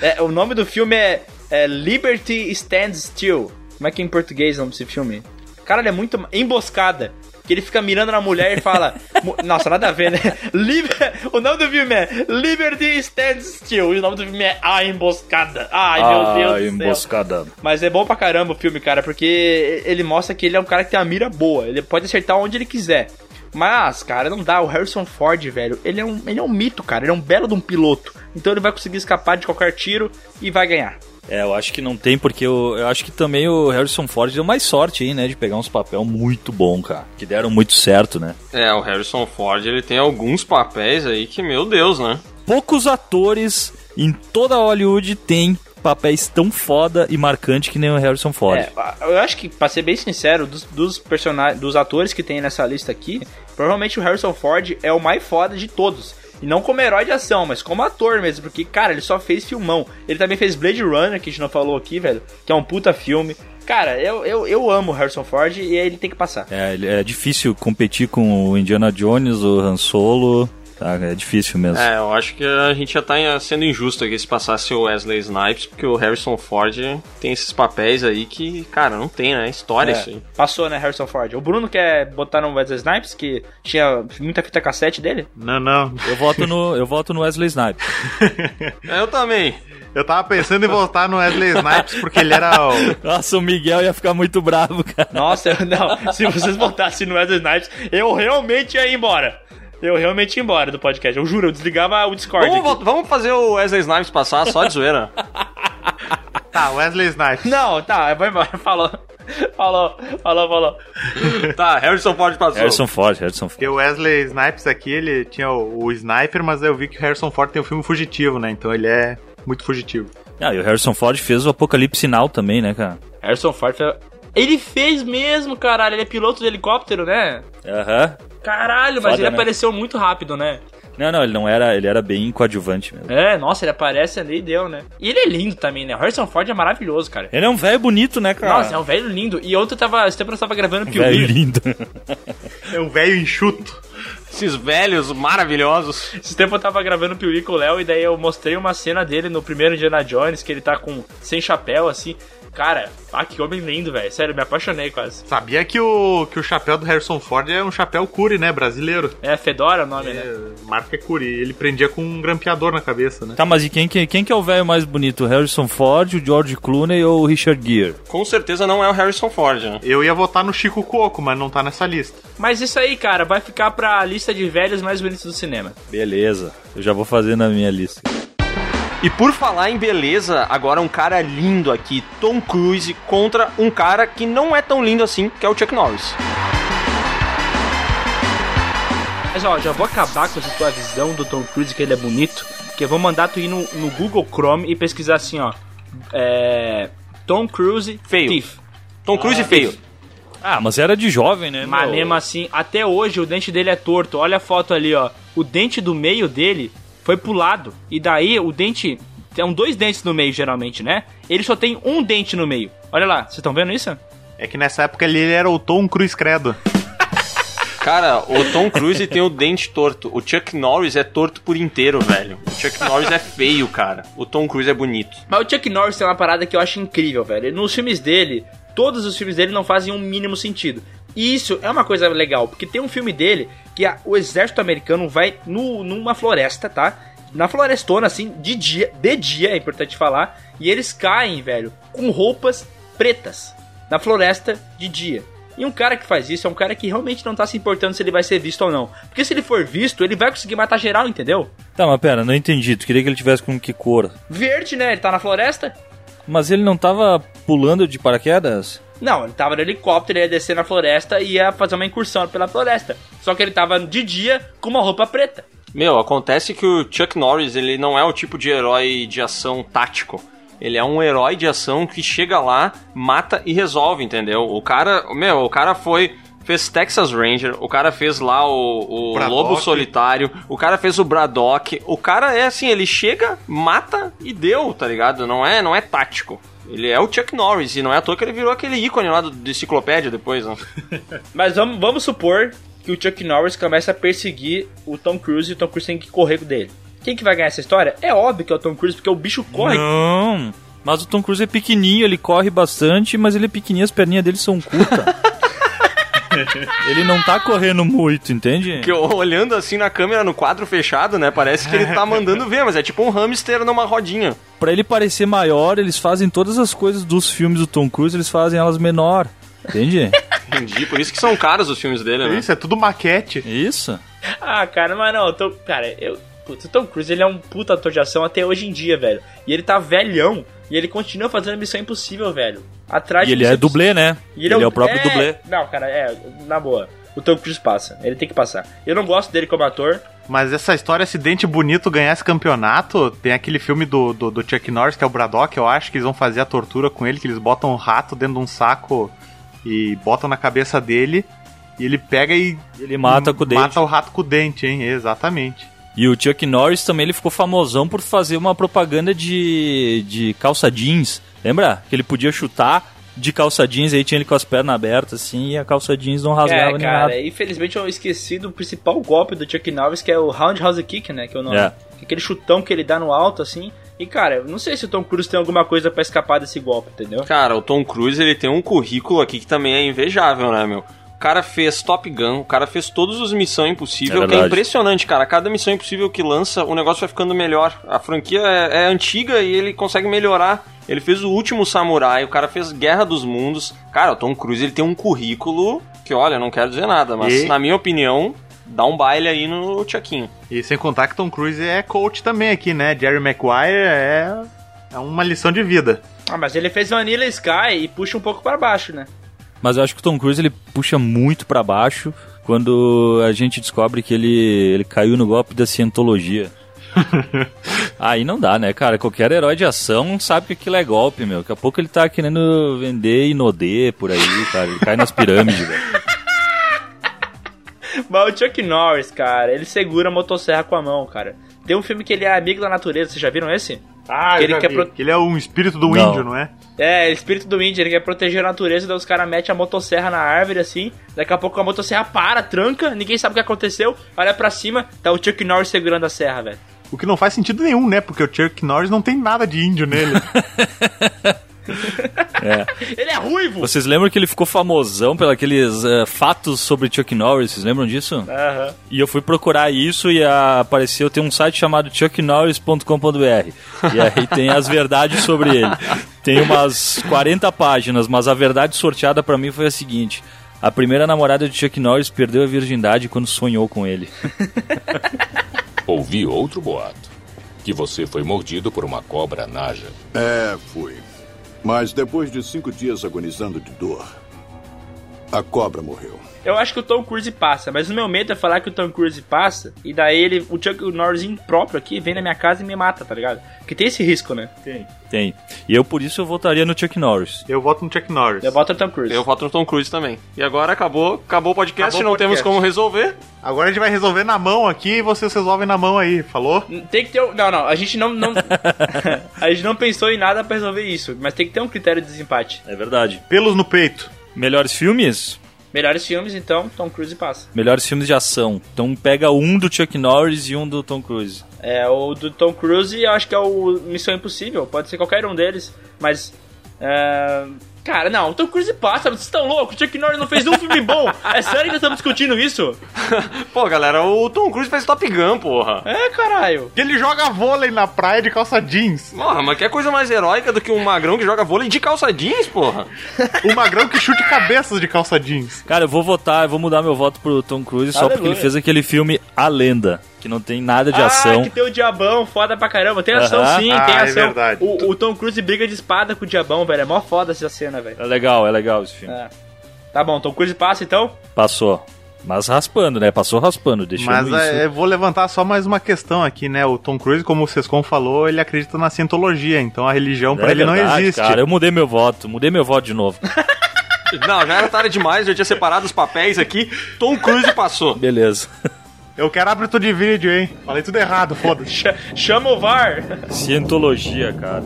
É, o nome do filme é, é Liberty Stands Still. Como é que é em português o nome desse filme? Caralho, é muito ma- emboscada. Que ele fica mirando na mulher e fala. mu- Nossa, nada a ver, né? Liber... O nome do filme é Liberty Stands Still. E o nome do filme é A Emboscada. Ai, meu Deus do céu. Ah, emboscada. Mas é bom pra caramba o filme, cara, porque ele mostra que ele é um cara que tem uma mira boa. Ele pode acertar onde ele quiser. Mas, cara, não dá. O Harrison Ford, velho, ele é um, ele é um mito, cara. Ele é um belo de um piloto. Então ele vai conseguir escapar de qualquer tiro e vai ganhar. É, eu acho que não tem, porque eu, eu acho que também o Harrison Ford deu mais sorte aí, né? De pegar uns papel muito bom, cara. Que deram muito certo, né? É, o Harrison Ford, ele tem alguns papéis aí que, meu Deus, né? Poucos atores em toda Hollywood têm papéis tão foda e marcante que nem o Harrison Ford. É, eu acho que, pra ser bem sincero, dos, dos personagens, dos atores que tem nessa lista aqui, provavelmente o Harrison Ford é o mais foda de todos. E não como herói de ação, mas como ator mesmo, porque, cara, ele só fez filmão. Ele também fez Blade Runner, que a gente não falou aqui, velho, que é um puta filme. Cara, eu, eu, eu amo o Harrison Ford e ele tem que passar. É, ele- é difícil competir com o Indiana Jones, o Han Solo. tá? É difícil mesmo. É, eu acho que a gente já tá sendo injusto aqui se passasse o Wesley Snipes, porque o Harrison Ford tem esses papéis aí que, cara, não tem, né? É História isso aí. Passou, né, Harrison Ford? O Bruno quer botar no Wesley Snipes, que tinha muita fita cassete dele? Não, não. Eu, voto no, eu voto no Wesley Snipes. Eu também. Eu tava pensando em voltar no Wesley Snipes porque ele era o, Nossa, o Miguel ia ficar muito bravo, cara. Nossa, eu- não. Se vocês botassem no Wesley Snipes, eu realmente ia embora. Eu realmente ia embora do podcast. Eu juro, eu desligava o Discord. Vamos, aqui. vol- vamos fazer o Wesley Snipes passar só de zoeira. Tá, Wesley Snipes. Não, tá, eu vou embora. Falou. Falou, falou, falou. tá, Harrison Ford passou. Harrison Ford, Harrison Ford. Porque o Wesley Snipes aqui, ele tinha o, o Sniper, mas eu vi que o Harrison Ford tem um filme fugitivo, né? Então ele é muito fugitivo. Ah, e o Harrison Ford fez o Apocalipse Sinal também, né, cara? Harrison Ford foi... Ele fez mesmo, caralho. Ele é piloto de helicóptero, né? Aham. Caralho, mas Foda, né? ele apareceu muito rápido, né? Não, não, ele não era, ele era bem coadjuvante mesmo. É, nossa, ele aparece ali e deu, né? E ele é lindo também, né? O Harrison Ford é maravilhoso, cara. Ele é um velho bonito, né, cara? Nossa, é um velho lindo. E outro tava. Esse tempo nós tava gravando o Pio velho Rio. lindo. É um velho enxuto. Esses velhos maravilhosos. Esse tempo eu tava gravando o Piuí com o Léo e daí eu mostrei uma cena dele no primeiro Indiana Jones, que ele tá com sem chapéu, assim. Cara, ah, que homem lindo, velho. Sério, me apaixonei quase. Sabia que o, que o chapéu do Harrison Ford é um chapéu Cury, né? Brasileiro. É, Fedora o nome, né? Marca é Cury. Ele prendia com um grampeador na cabeça, né? Tá, mas e quem, que- quem que é o velho mais bonito? O Harrison Ford, o George Clooney ou o Richard Gere? Com certeza não é o Harrison Ford, né? Eu ia votar no Chico Coco, mas não tá nessa lista. Mas isso aí, cara, vai ficar pra lista de velhos mais bonitos do cinema. Beleza, eu já vou fazer na minha lista. E por falar em beleza, agora um cara lindo aqui, Tom Cruise, contra um cara que não é tão lindo assim, que é o Chuck Norris. Mas ó, já vou acabar com essa tua visão do Tom Cruise que ele é bonito. Que eu vou mandar tu ir no, no Google Chrome e pesquisar assim, ó. É. Tom Cruise Feio. Thief. Tom Cruise Ah, feio. Ah, mas era de jovem, né? Mas meu? mesmo assim, até hoje o dente dele é torto. Olha a foto ali, ó. O dente do meio dele foi pro lado. E daí o dente. Tem um dois dentes no meio, geralmente, né? Ele só tem um dente no meio. Olha lá, vocês estão vendo isso? É que nessa época ele era o Tom Cruz Credo. Cara, o Tom Cruise tem o dente torto. O Chuck Norris é torto por inteiro, velho. O Chuck Norris é feio, cara. O Tom Cruise é bonito. Mas o Chuck Norris tem uma parada que eu acho incrível, velho. Nos filmes dele, todos os filmes dele não fazem um mínimo sentido. E isso é uma coisa legal, porque tem um filme dele que a- o exército americano vai nu- numa floresta, tá? Na florestona, assim, de dia, de dia, é importante falar, e eles caem, velho, com roupas pretas na floresta de dia. E um cara que faz isso é um cara que realmente não tá se importando se ele vai ser visto ou não. Porque se ele for visto, ele vai conseguir matar geral, entendeu? Tá, mas pera, não entendi. Tu queria que ele tivesse com que cor? Verde, né? Ele tá na floresta, Mas ele não tava pulando de paraquedas? Não, ele tava no helicóptero, ele ia descer na floresta e ia fazer uma incursão pela floresta. Só que ele tava de dia com uma roupa preta. Meu, acontece que o Chuck Norris, ele não é o tipo de herói de ação tático. Ele é um herói de ação que chega lá, mata e resolve, entendeu? O cara, meu, o cara foi fez Texas Ranger, o cara fez lá o, o Braddock. Lobo Solitário, o cara fez o Braddock. O cara é assim, ele chega, mata e deu, tá ligado? Não é, não é tático. Ele é o Chuck Norris e não é à toa que ele virou aquele ícone lá do, do enciclopédia depois, né? Mas vamos, vamos supor que o Chuck Norris começa a perseguir o Tom Cruise e o Tom Cruise tem que correr dele. Quem que vai ganhar essa história? É óbvio que é o Tom Cruise, porque o bicho corre. Não. Mas o Tom Cruise é pequenininho, ele corre bastante, mas ele é pequenininho, as perninhas dele são curtas. ele não tá correndo muito, entende? Porque olhando assim na câmera, no quadro fechado, né? Parece que ele tá mandando ver, mas é tipo um hamster numa rodinha. Pra ele parecer maior, eles fazem todas as coisas dos filmes do Tom Cruise, eles fazem elas menor. Entende? Entendi, por isso que são caros os filmes dele, né? Isso, é tudo maquete. Isso. Ah, cara, mas não, o Tom, cara, eu. Putz, o Tom Cruise ele é um puta ator de ação até hoje em dia, velho. E ele tá velhão. E ele continua fazendo Missão Impossível, velho. Atrás E de ele é Missão dublê, né? E Ele é o próprio dublê. Não, cara, é, na boa. O Tom Cruise passa, ele tem que passar. Eu não gosto dele como ator. Mas essa história, se Dente Bonito ganhar esse campeonato, tem aquele filme do, do, do Chuck Norris, que é o Braddock, eu acho, que eles vão fazer a tortura com ele, que eles botam um rato dentro de um saco e botam na cabeça dele, e ele pega e Ele mata com o dente. mata o rato com o dente, hein? Exatamente. E o Chuck Norris também ele ficou famosão por fazer uma propaganda de, de calça jeans. Lembra? Que ele podia chutar de calça jeans, aí tinha ele com as pernas abertas assim, e a calça jeans não rasgava é, nem cara, nada. infelizmente eu esqueci do principal golpe do Chuck Norris, que é o Roundhouse Kick, né? Que é o nome. É. Aquele chutão que ele dá no alto, assim. E, cara, eu não sei se o Tom Cruise tem alguma coisa pra escapar desse golpe, entendeu? Cara, o Tom Cruise, ele tem um currículo aqui que também é invejável, né, meu? O cara fez Top Gun, o cara fez todos os Missão Impossível, É que é verdade. impressionante, cara. Cada Missão Impossível que lança, o negócio vai ficando melhor. A franquia é, é antiga e ele consegue melhorar. Ele fez o último Samurai, o cara fez Guerra dos Mundos. Cara, o Tom Cruise, ele tem um currículo que, olha, não quero dizer nada, mas E- na minha opinião, dá um baile aí no Chuckinho. E sem contar que Tom Cruise é coach também aqui, né? Jerry Maguire é, é uma lição de vida. Ah, mas ele fez Vanilla Sky e puxa um pouco pra baixo, né? Mas eu acho que o Tom Cruise ele puxa muito pra baixo quando a gente descobre que ele, ele caiu no golpe da cientologia. Aí não dá, né, cara? Qualquer herói de ação sabe que aquilo é golpe, meu. Daqui a pouco ele tá querendo vender inodê por aí, cara. Ele cai nas pirâmides, velho. Mas o Chuck Norris, cara, ele segura a motosserra com a mão, cara. Tem um filme que ele é amigo da natureza, vocês já viram esse? Ah, eu Ele já quer vi. pro- ele é um espírito do Não. índio, não é? É, espírito do índio, ele quer proteger a natureza, daí os caras metem a motosserra na árvore assim, daqui a pouco a motosserra para, tranca, ninguém sabe o que aconteceu, olha pra cima, tá o Chuck Norris segurando a serra, velho. O que não faz sentido nenhum, né? Porque o Chuck Norris não tem nada de índio nele. É. Ele é ruivo. Vocês lembram que ele ficou famosão pelos eh, fatos sobre Chuck Norris? Vocês lembram disso? Aham. E eu fui procurar isso e ah, apareceu, tem um site chamado chucknorris.com.br. E aí tem as verdades sobre ele. Tem umas 40 páginas, mas a verdade sorteada pra mim foi a seguinte. A primeira namorada de Chuck Norris perdeu a virgindade quando sonhou com ele. Ouvi outro boato. Que você foi mordido por uma cobra naja. É, fui. Mas depois de cinco dias agonizando de dor, a cobra morreu. Eu acho que o Tom Cruise passa, mas o meu medo é falar que o Tom Cruise passa e daí ele, o Chuck Norris impróprio aqui vem na minha casa e me mata, tá ligado? Porque tem esse risco, né? Tem. Tem. E eu, por isso, eu votaria no Chuck Norris. Eu voto no Chuck Norris. Eu voto no Tom Cruise. Eu voto no Tom Cruise também. E agora acabou, acabou o podcast, Acabou o não temos podcast. como resolver. Agora a gente vai resolver na mão aqui e vocês resolvem na mão aí, falou? Tem que ter. um- Não, não, a gente não, não. a gente não pensou em nada pra resolver isso, mas tem que ter um critério de desempate. É verdade. Pelos no peito. Melhores filmes? Melhores filmes, então, Tom Cruise passa. Melhores filmes de ação. Então pega um do Chuck Norris e um do Tom Cruise. É, o do Tom Cruise eu acho que é o Missão Impossível, pode ser qualquer um deles, mas. é, Cara, não, o Tom Cruise passa, vocês estão loucos, o Chuck Norris não fez um filme bom. É sério que nós estamos discutindo isso? Pô, galera, o Tom Cruise faz Top Gun, porra. É, caralho. Que ele joga vôlei na praia de calça jeans. Porra, mas que coisa mais heróica do que um magrão que joga vôlei de calça jeans, porra? O magrão que chute cabeças de calça jeans. Cara, eu vou votar, eu vou mudar meu voto pro Tom Cruise só porque Aleluia. ele fez aquele filme A Lenda, que não tem nada de ação. Ah, que tem o diabão, foda pra caramba. Tem ação Aham. sim, Ah, tem é ação. verdade. O, o Tom Cruise briga de espada com o diabão, velho. É mó foda essa cena, velho. É legal, é legal esse filme. É. Tá bom, Tom Cruise passa então? Passou. Mas raspando, né? Passou raspando, deixando Mas isso. né? é, eu vou levantar só mais uma questão aqui, né? O Tom Cruise, como o Sescon falou, ele acredita na cientologia, então a religião pra É ele não verdade, existe. Cara, eu mudei meu voto, mudei meu voto de novo. Não, já era tarde demais, eu tinha separado os papéis aqui. Tom Cruise passou. Beleza. Eu quero árbitro de vídeo, hein? Falei tudo errado, foda-se. Ch- Chama o VAR. Cientologia, cara.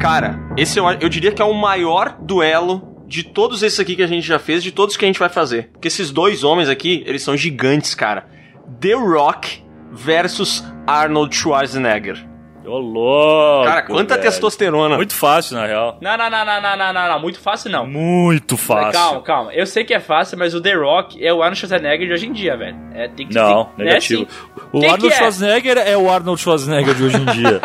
Cara, esse eu, eu diria que é o maior duelo de todos esses aqui que a gente já fez, de todos que a gente vai fazer. Porque esses dois homens aqui, eles são gigantes, cara. The Rock versus Arnold Schwarzenegger. Ô, louco. Cara, quanta velho. testosterona. Muito fácil, na real. Não, não, não, não, não, não, não, não. Muito fácil não. Muito fácil. Calma, calma. Eu sei que é fácil, mas o The Rock é o Arnold Schwarzenegger de hoje em dia, velho. É, tem que Não, tem- né, negativo. sim. O Quem Arnold que é? Schwarzenegger é o Arnold Schwarzenegger de hoje em dia.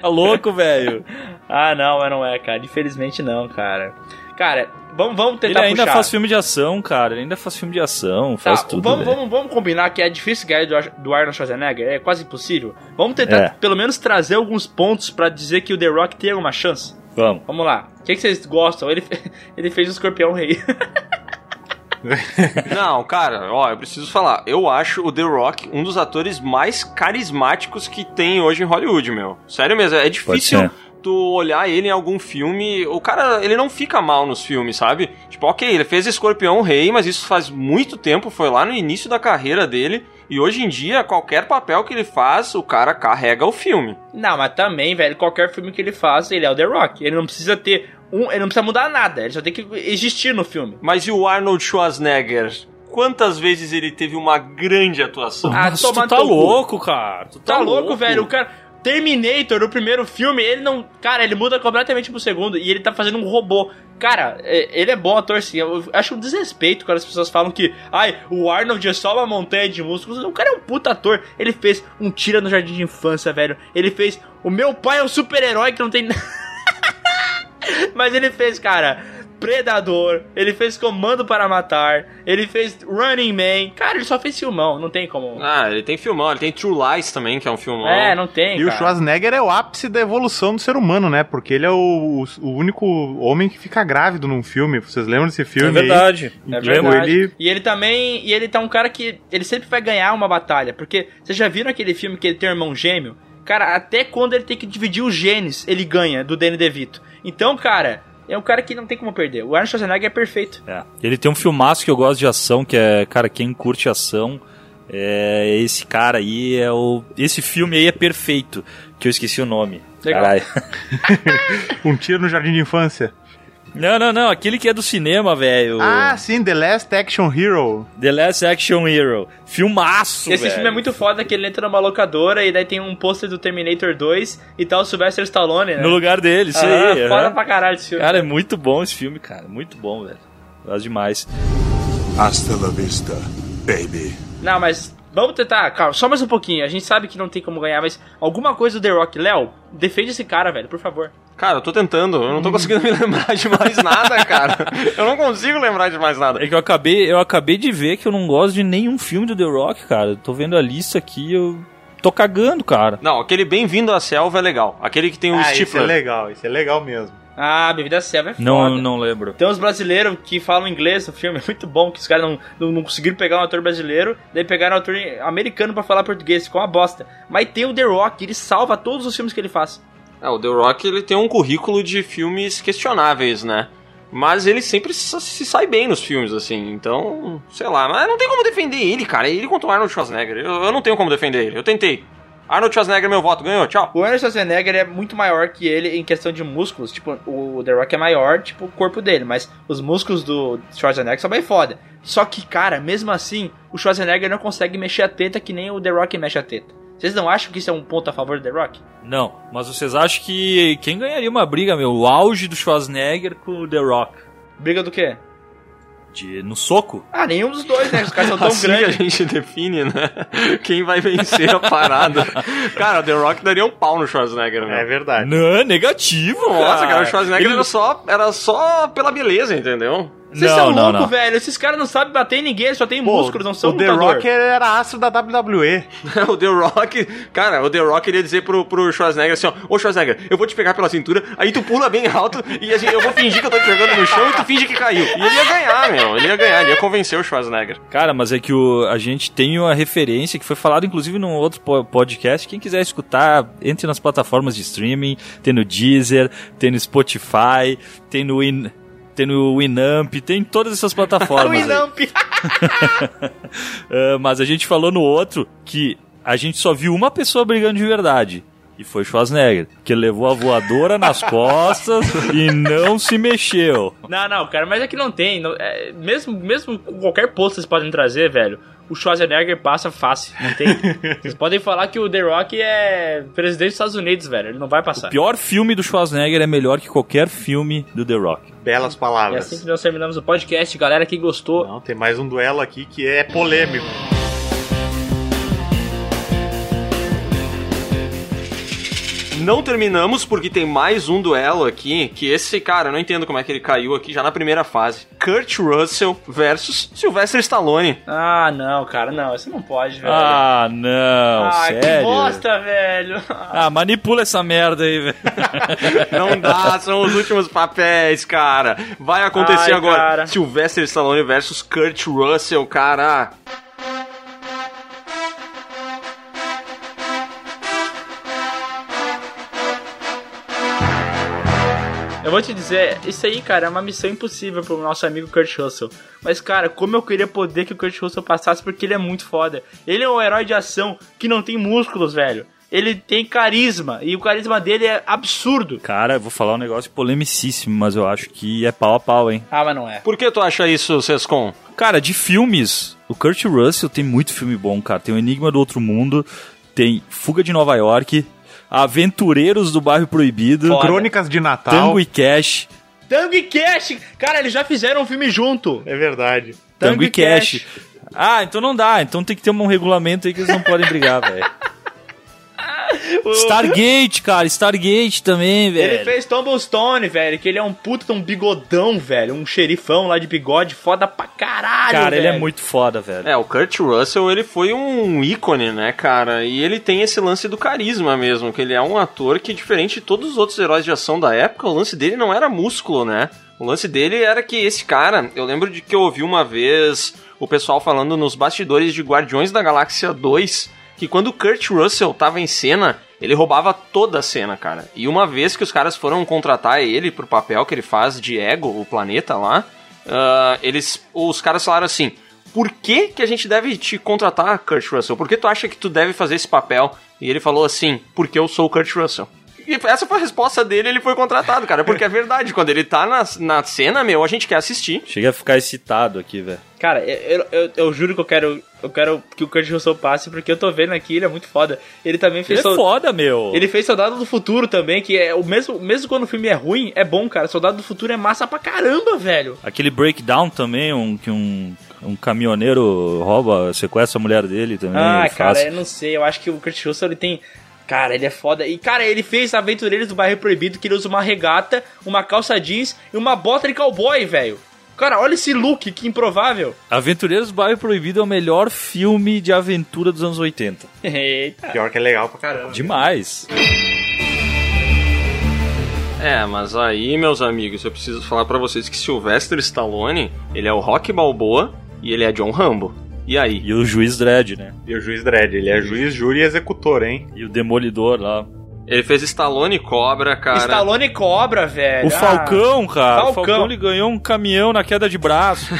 tá louco, velho. Ah, não, mas não é, cara. Infelizmente não, cara. Cara, vamos, vamos Ele tentar ainda puxar. faz filme de ação, cara. Ele ainda faz filme de ação, Tá, faz tudo. né? vamos, velho. vamos, vamos combinar que é difícil ganhar do, Ar- do Arnold Schwarzenegger, é quase impossível. Vamos tentar É. pelo menos trazer alguns pontos pra dizer que o The Rock tem alguma chance. Vamos. Vamos lá. O que, que vocês gostam? Ele, fe- ele fez o Escorpião Rei. Não, cara, ó, eu preciso falar. Eu acho o The Rock um dos atores mais carismáticos que tem hoje em Hollywood, meu. Sério mesmo, é difícil ser. tu olhar ele em algum filme. O cara, ele não fica mal nos filmes, sabe? Tipo, ok, ele fez Escorpião Rei, mas isso faz muito tempo, foi lá no início da carreira dele. E hoje em dia, qualquer papel que ele faz, o cara carrega o filme. não, mas também, velho, qualquer filme que ele faça, ele é o The Rock. Ele não precisa ter um. Ele não precisa mudar nada, ele só tem que existir no filme. Mas e o Arnold Schwarzenegger? Quantas vezes ele teve uma grande atuação? Ah, Nossa, toma tu tá no teu cu. louco, cara. Tu Tá, louco, velho? O cara. Terminator, o primeiro filme, ele não. Cara, ele muda completamente pro segundo e ele tá fazendo um robô. Cara, é- ele é bom ator, sim. Eu acho um desrespeito quando as pessoas falam que. Ai, o Arnold é só uma montanha de músculos. O cara é um puta ator. Ele fez um tira no jardim de infância, velho. Ele fez. O meu pai é um super-herói que não tem. Mas ele fez, cara, Predador, ele fez Comando para Matar, ele fez Running Man. Cara, ele só fez filmão, não tem como. Ah, ele tem filmão, ele tem True Lies também, que é um filmão. É, não tem. E o cara. Schwarzenegger é o ápice da evolução do ser humano, né? Porque ele é o, o- o único homem que fica grávido num filme. Vocês lembram desse filme? É aí? verdade. É Lembro, verdade. ele- E ele também. E ele tá um cara que. Ele sempre vai ganhar uma batalha. Porque vocês já viram aquele filme que ele tem um irmão gêmeo? Cara, até quando ele tem que dividir os genes, ele ganha do Danny DeVito. Então, cara, é um cara que não tem como perder. O Arnold Schwarzenegger é perfeito. É. Ele tem um filmaço que eu gosto de ação, que é, cara, quem curte ação, é esse cara aí é o. Esse filme aí é perfeito, que eu esqueci o nome. Legal. Caralho. Um tiro no jardim de infância. Não, não, não. Aquele que é do cinema, velho. Ah, sim, The Last Action Hero. The Last Action Hero. Filmaço, Esse velho. filme é muito foda que ele entra numa locadora e daí tem um pôster do Terminator 2 e tal o Sylvester Stallone, né? No lugar dele, isso Aham, aí. Foda aham. pra caralho esse filme. Cara, é muito bom esse filme, cara. Muito bom, velho. Gosto demais. Hasta la vista, baby. Não, mas vamos tentar, calma, só mais um pouquinho. A gente sabe que não tem como ganhar, mas alguma coisa do The Rock. Léo, defende esse cara, velho, por favor. Cara, eu tô tentando, eu não tô conseguindo me lembrar de mais nada, cara. Eu não consigo lembrar de mais nada. É que eu acabei, eu acabei de ver que eu não gosto de nenhum filme do The Rock, cara. Eu Tô vendo a lista aqui, eu tô cagando, cara. Não, aquele Bem-vindo à Selva é legal. Aquele que tem o Ah, esse Stifler. é legal, esse é legal mesmo. Ah, Bebida Selva é foda. Não, não lembro. Tem uns brasileiros que falam inglês no filme, é muito bom que os caras não, não, não conseguiram pegar um ator brasileiro, daí pegaram um ator americano pra falar português, ficou uma bosta. Mas tem o The Rock, ele salva todos os filmes que ele faz. É, o The Rock ele tem um currículo de filmes questionáveis, né? Mas ele sempre se se sai bem nos filmes, assim. Então, sei lá. Mas não tem como defender ele, cara. Ele contra o Arnold Schwarzenegger. Eu, eu não tenho como defender ele. Eu tentei. Arnold Schwarzenegger, meu voto. Ganhou, tchau. O Arnold Schwarzenegger é muito maior que ele em questão de músculos. Tipo, o The Rock é maior, tipo, o corpo dele. Mas os músculos do Schwarzenegger são bem foda. Só que, cara, mesmo assim, o Schwarzenegger não consegue mexer a teta que nem o The Rock mexe a teta. Vocês não acham que isso é um ponto a favor do The Rock? Não, mas vocês acham que quem ganharia uma briga, meu? O auge do Schwarzenegger com o The Rock? Briga do quê? De, no soco? Ah, nenhum dos dois, né? Os caras são Tá tão assim grandes. a gente define, né? Quem vai vencer a parada. cara, o The Rock daria um pau no Schwarzenegger, né? É verdade. Não, negativo, Nossa, cara, cara o Schwarzenegger Ele- era, só, era só pela beleza, entendeu? Vocês são loucos, velho. Esses caras não sabem bater em ninguém, só tem músculos, não são o The lutador. Rock é era astro da WWE. o The Rock, cara, o The Rock ele ia dizer pro, pro Schwarzenegger assim, ó, ô Schwarzenegger, eu vou te pegar pela cintura, aí tu pula bem alto e a gente- eu vou fingir que eu tô te jogando no chão e tu finge que caiu. E ele ia ganhar, meu, ele ia ganhar, ele ia convencer o Schwarzenegger. Cara, mas é que o, a gente tem uma referência que foi falado inclusive num outro po- podcast. Quem quiser escutar, entre nas plataformas de streaming. Tem no Deezer, tem no Spotify, tem no, Win, tem no Winamp, tem em todas essas plataformas. aí. Ah, mas a gente falou no outro que a gente só viu uma pessoa brigando de verdade. E foi Schwarzenegger, que levou a voadora nas costas e não se mexeu. Não, não, cara, mas é que não tem. não- é, mesmo, mesmo com qualquer posto que vocês podem trazer, velho, o Schwarzenegger passa fácil, não tem. vocês podem falar que o The Rock é presidente dos Estados Unidos, velho, ele não vai passar. O pior filme do Schwarzenegger é melhor que qualquer filme do The Rock. Belas É palavras. assim que nós terminamos o podcast, galera que gostou. Não, tem mais um duelo aqui que é polêmico. Não terminamos porque tem mais um duelo aqui, que esse cara, eu não entendo como é que ele caiu aqui já na primeira fase. Kurt Russell versus Sylvester Stallone. Ah, não, cara, não, isso não pode, velho. Ah, não, Ah, que sério? bosta, velho. Ah, manipula essa merda aí, velho. Não dá, são os últimos papéis, cara. Vai acontecer Ai, agora. cara. Sylvester Stallone versus Kurt Russell, cara. Eu vou te dizer, isso aí, cara, é uma missão impossível pro nosso amigo Kurt Russell. Mas, cara, como eu queria poder que o Kurt Russell passasse, porque ele é muito foda. Ele é um herói de ação que não tem músculos, velho. Ele tem carisma, e o carisma dele é absurdo. Cara, eu vou falar um negócio polemicíssimo, mas eu acho que é pau a pau, hein? Ah, mas não é. Por que tu acha isso, Sescon? Cara, de filmes, o Kurt Russell tem muito filme bom, cara. Tem O Enigma do Outro Mundo, tem Fuga de Nova York, Aventureiros do Bairro Proibido, Crônicas de Natal. Tango e Cash, Tango e Cash! Cara, eles já fizeram um filme junto. É verdade. Tango, e Cash. Ah, então não dá. Então tem que ter um regulamento aí que eles não podem brigar, velho. Stargate, cara. Stargate também, velho. Ele fez Tombstone, velho, que ele é um puta, de um bigodão, velho. Um xerifão lá de bigode, foda pra caralho, Cara, ele é velho. muito foda, velho. É, o Kurt Russell, ele foi um ícone, né, cara? E ele tem esse lance do carisma mesmo, que ele é um ator que, diferente de todos os outros heróis de ação da época, o lance dele não era músculo, né? O lance dele era que esse cara, eu lembro de que eu ouvi uma vez o pessoal falando nos bastidores de Guardiões da Galáxia 2, que quando o Kurt Russell tava em cena, ele roubava toda a cena, cara. E uma vez que os caras foram contratar ele pro papel que ele faz de Ego, o planeta lá, ah, eles, os caras falaram assim: por que, que a gente deve te contratar, Kurt Russell? Por que tu acha que tu deve fazer esse papel? E ele falou assim: porque eu sou o Kurt Russell. E essa foi a resposta dele, ele foi contratado, cara. Porque é verdade, quando ele tá na, na cena, meu, a gente quer assistir. Cheguei a ficar excitado aqui, velho. Cara, eu, eu, eu juro que eu quero, eu quero que o Kurt Russell passe, porque eu tô vendo aqui, ele é muito foda. Ele também fez... Ele é Sol- foda, meu. Ele fez Soldado do Futuro também, que é o mesmo, mesmo quando o filme é ruim, é bom, cara. Soldado do Futuro é massa pra caramba, velho. Aquele breakdown também, um, que um, um caminhoneiro rouba, sequestra a mulher dele também. é ah, ele cara, faz. eu não sei. Eu acho que o Kurt Russell, ele tem... Cara, ele é foda. E, cara, ele fez Aventureiros do Bairro Proibido, que ele usa uma regata, uma calça jeans e uma bota de cowboy, velho. Cara, olha esse look, que improvável. Aventureiros do Bairro Proibido é o melhor filme de aventura dos anos 80. Eita. Pior que é legal pra caramba. Demais. É, mas aí, meus amigos, eu preciso falar pra vocês que Sylvester Stallone, ele é o Rock Balboa e ele é John Rambo. E aí? E o juiz Dredd, né? E o juiz Dredd, ele é juiz, júri e executor, hein? E o demolidor lá. Ele fez Stallone Cobra, cara. Stallone cobra, velho. O Ah. Falcão, cara. O Falcão. Falcão ele ganhou um caminhão na queda de braço.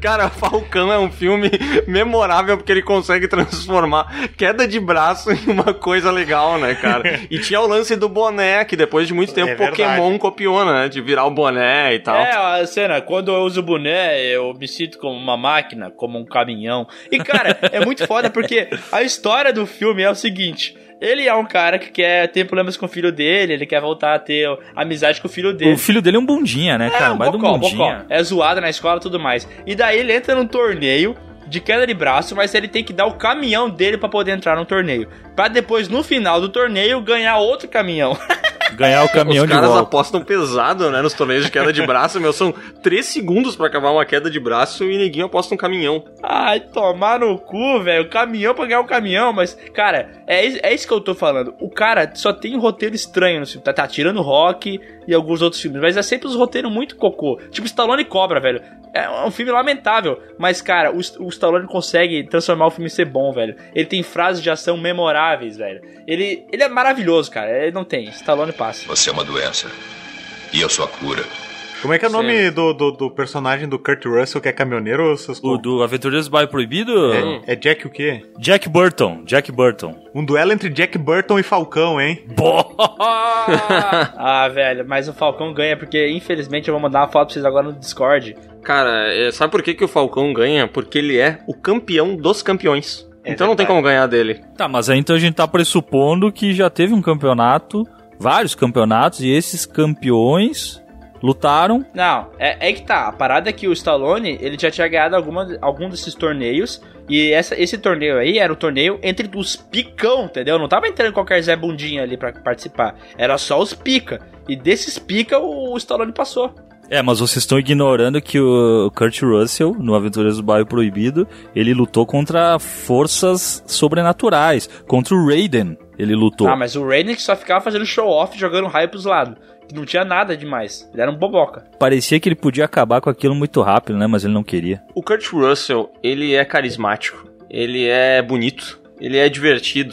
Cara, Falcão é um filme memorável porque ele consegue transformar queda de braço em uma coisa legal, né, cara? E tinha o lance do boné, que depois de muito tempo É verdade. Pokémon copiou, né? De virar o boné e tal. É, a cena, quando eu uso o boné, eu me sinto como uma máquina, como um caminhão. E, cara, é muito foda porque a história do filme é o seguinte. Ele é um cara que quer ter problemas com o filho dele, ele quer voltar a ter amizade com o filho dele. o filho dele é um bundinha, né, cara? Mais do Bocó, bundinha. Bocó. É zoado na escola e tudo mais. E daí ele entra num torneio de queda de braço, mas ele tem que dar o caminhão dele pra poder entrar no torneio. Pra depois, no final do torneio, ganhar outro caminhão. Ganhar o caminhão Os de caras volta. apostam pesado, né? Nos torneios de queda de braço, meu. São 3 segundos pra acabar uma queda de braço e ninguém aposta um caminhão. Ai, tomar no cu, velho. Caminhão pra ganhar o caminhão, mas, cara, é, is- é isso que eu tô falando. O cara só tem um roteiro estranho no filme. Tá, tá tirando rock e alguns outros filmes, mas é sempre os roteiros muito cocô. Tipo Stallone Cobra, velho. É um filme lamentável, mas, cara, o, S- o Stallone consegue transformar o filme em ser bom, velho. Ele tem frases de ação memoráveis, velho. Ele, ele é maravilhoso, cara. Ele não tem. Stallone passa. Você é uma doença. E eu sou a cura. Como é que é o nome Sério. do, do, do personagem do Kurt Russell que é caminhoneiro? Seus... O do Aventureiros do Bairro Proibido? É, é Jack o quê? Jack Burton. Jack Burton. Um duelo entre Jack Burton e Falcão, hein? ah, velho, mas o Falcão ganha, porque infelizmente eu vou mandar uma foto pra vocês agora no Discord. Cara, é, sabe por que, que o Falcão ganha? Porque ele é o campeão dos campeões. É então não tem como ganhar dele. Tá, mas aí então a gente tá pressupondo que já teve um campeonato, vários campeonatos, e esses campeões lutaram. Não, é, é que tá. A parada é que o Stallone, ele já tinha ganhado alguma, algum desses torneios. E essa, esse torneio aí era o torneio entre os picão, entendeu? Não tava entrando qualquer Zé Bundinha ali pra participar. Era só os pica. E desses pica, o, o Stallone passou. É, mas vocês estão ignorando que o Kurt Russell, no Aventureiros do Bairro Proibido, ele lutou contra forças sobrenaturais, contra o Raiden. Ele lutou. Ah, mas o Raiden que só ficava fazendo show-off, jogando raio pros lados. Que não tinha nada demais. Ele era um boboca. Parecia que ele podia acabar com aquilo muito rápido, né? Mas ele não queria. O Kurt Russell, ele é carismático, ele é bonito, ele é divertido.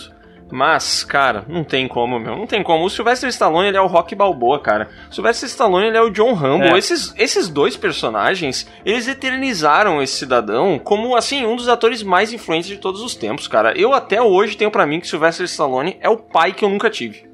Mas, cara, não tem como, meu. Não tem como. O Sylvester Stallone, ele é o Rock Balboa, cara. O Sylvester Stallone, ele é o John Rambo. É. Esses, esses dois personagens, eles eternizaram esse cidadão como, assim, um dos atores mais influentes de todos os tempos, cara. Eu até hoje tenho pra mim que Sylvester Stallone é o pai que eu nunca tive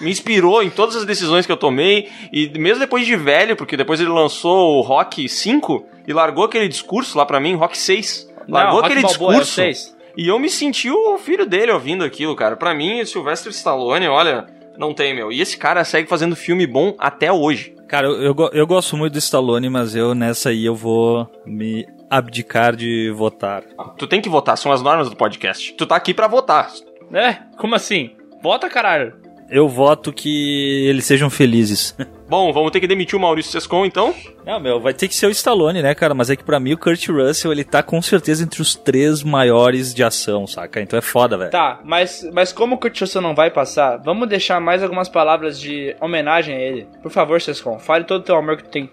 me inspirou em todas as decisões que eu tomei e mesmo depois de velho, porque depois ele lançou o Rock 5 e largou aquele discurso lá pra mim, Rock 6. Não, Largou Rock aquele Balboa, é o discurso. 6. E eu me senti o filho dele ouvindo aquilo, cara. Pra mim, Sylvester Stallone, olha, não tem, meu. E esse cara segue fazendo filme bom até hoje. Cara, eu, eu, go- eu gosto muito do Stallone, mas eu nessa aí eu vou me abdicar de votar. Ah, Tu tem que votar, são as normas do podcast. Tu tá aqui pra votar. É, como assim? Bota, caralho. Eu voto que eles sejam felizes. Bom, vamos ter que demitir o Maurício Sescon, então? Não, meu, vai ter que ser o Stallone, né, cara? Mas é que pra mim o Kurt Russell, ele tá com certeza entre os três maiores de ação, saca? Então é foda, velho. Tá, mas, mas como o Kurt Russell não vai passar, vamos deixar mais algumas palavras de homenagem a ele. Por favor, Sescon, fale todo o teu amor que tu tem.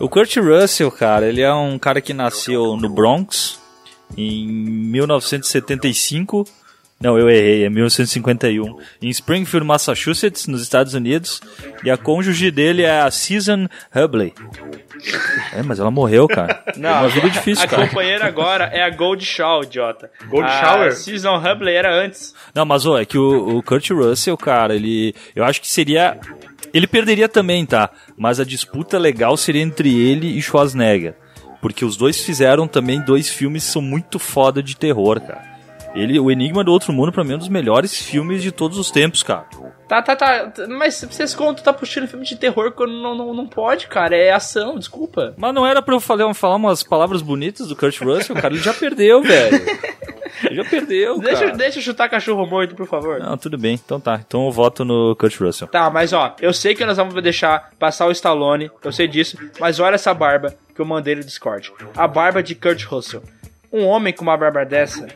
O Kurt Russell, cara, ele é um cara que nasceu no Bronx em 1975, Não, eu errei, é 1951. Em Springfield, Massachusetts, nos Estados Unidos. E a cônjuge dele é a Susan Hubley. É, mas ela morreu, cara. Não, uma vida difícil, a cara. companheira agora é a Gold Shaw, idiota. Gold a Shower? Season Hubley era antes. Não, mas ô, é que o, o Kurt Russell, cara, ele. Eu acho que seria. Ele perderia também, tá? Mas a disputa legal seria entre ele e Schwarzenegger. Porque os dois fizeram também dois filmes que são muito foda de terror, cara. Ele, o Enigma do Outro Mundo, pra mim, é um dos melhores filmes de todos os tempos, cara. Tá, tá, tá. Mas vocês contam, tá puxando filme de terror quando não, não, não pode, cara. É ação, desculpa. Mas não era pra eu falar, falar umas palavras bonitas do Kurt Russell, cara? Ele já perdeu, velho. Ele já perdeu, Deixa, cara. deixa eu chutar cachorro morto, por favor. Não, tudo bem. Então tá. Então eu voto no Kurt Russell. Tá, mas ó, eu sei que nós vamos deixar passar o Stallone, eu sei disso, mas olha essa barba que eu mandei no Discord. A barba de Kurt Russell. Um homem com uma barba dessa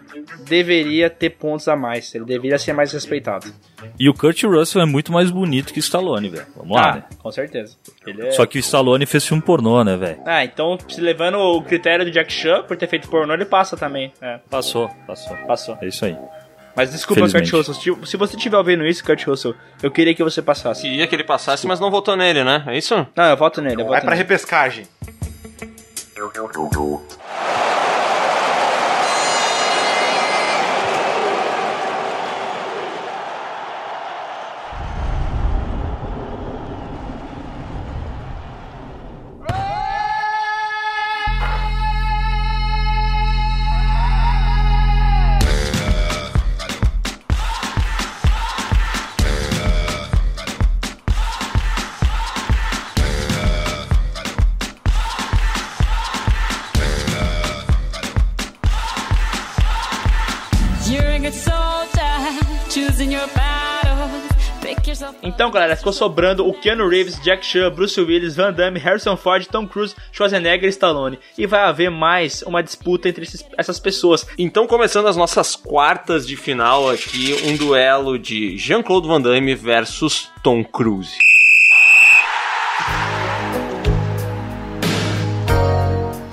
deveria ter pontos a mais, ele deveria ser mais respeitado. E o Kurt Russell é muito mais bonito que o Stallone, velho. Vamos lá, Ah, né? com certeza. Ele é... Só que o Stallone fez filme pornô, né, velho? Ah, então, se levando o critério do Jack Chan por ter feito pornô, ele passa também. É. Passou, passou. Passou. É isso aí. Mas desculpa, Felizmente. Kurt Russell, se- se você estiver ouvindo isso, Kurt Russell, eu queria que você passasse. Queria que ele passasse, mas não votou nele, né? É isso? Não, eu voto nele. Eu voto Vai É pra nele. repescagem. You're a good soldier, choosing your battles. Pick yourself Então, galera, ficou sobrando o Keanu Reeves, Jack Chan, Bruce Willis, Van Damme, Harrison Ford, Tom Cruise, Schwarzenegger e Stallone. E vai haver mais uma disputa entre esses- essas pessoas. Então, começando as nossas quartas de final aqui, um duelo de Jean-Claude Van Damme versus Tom Cruise.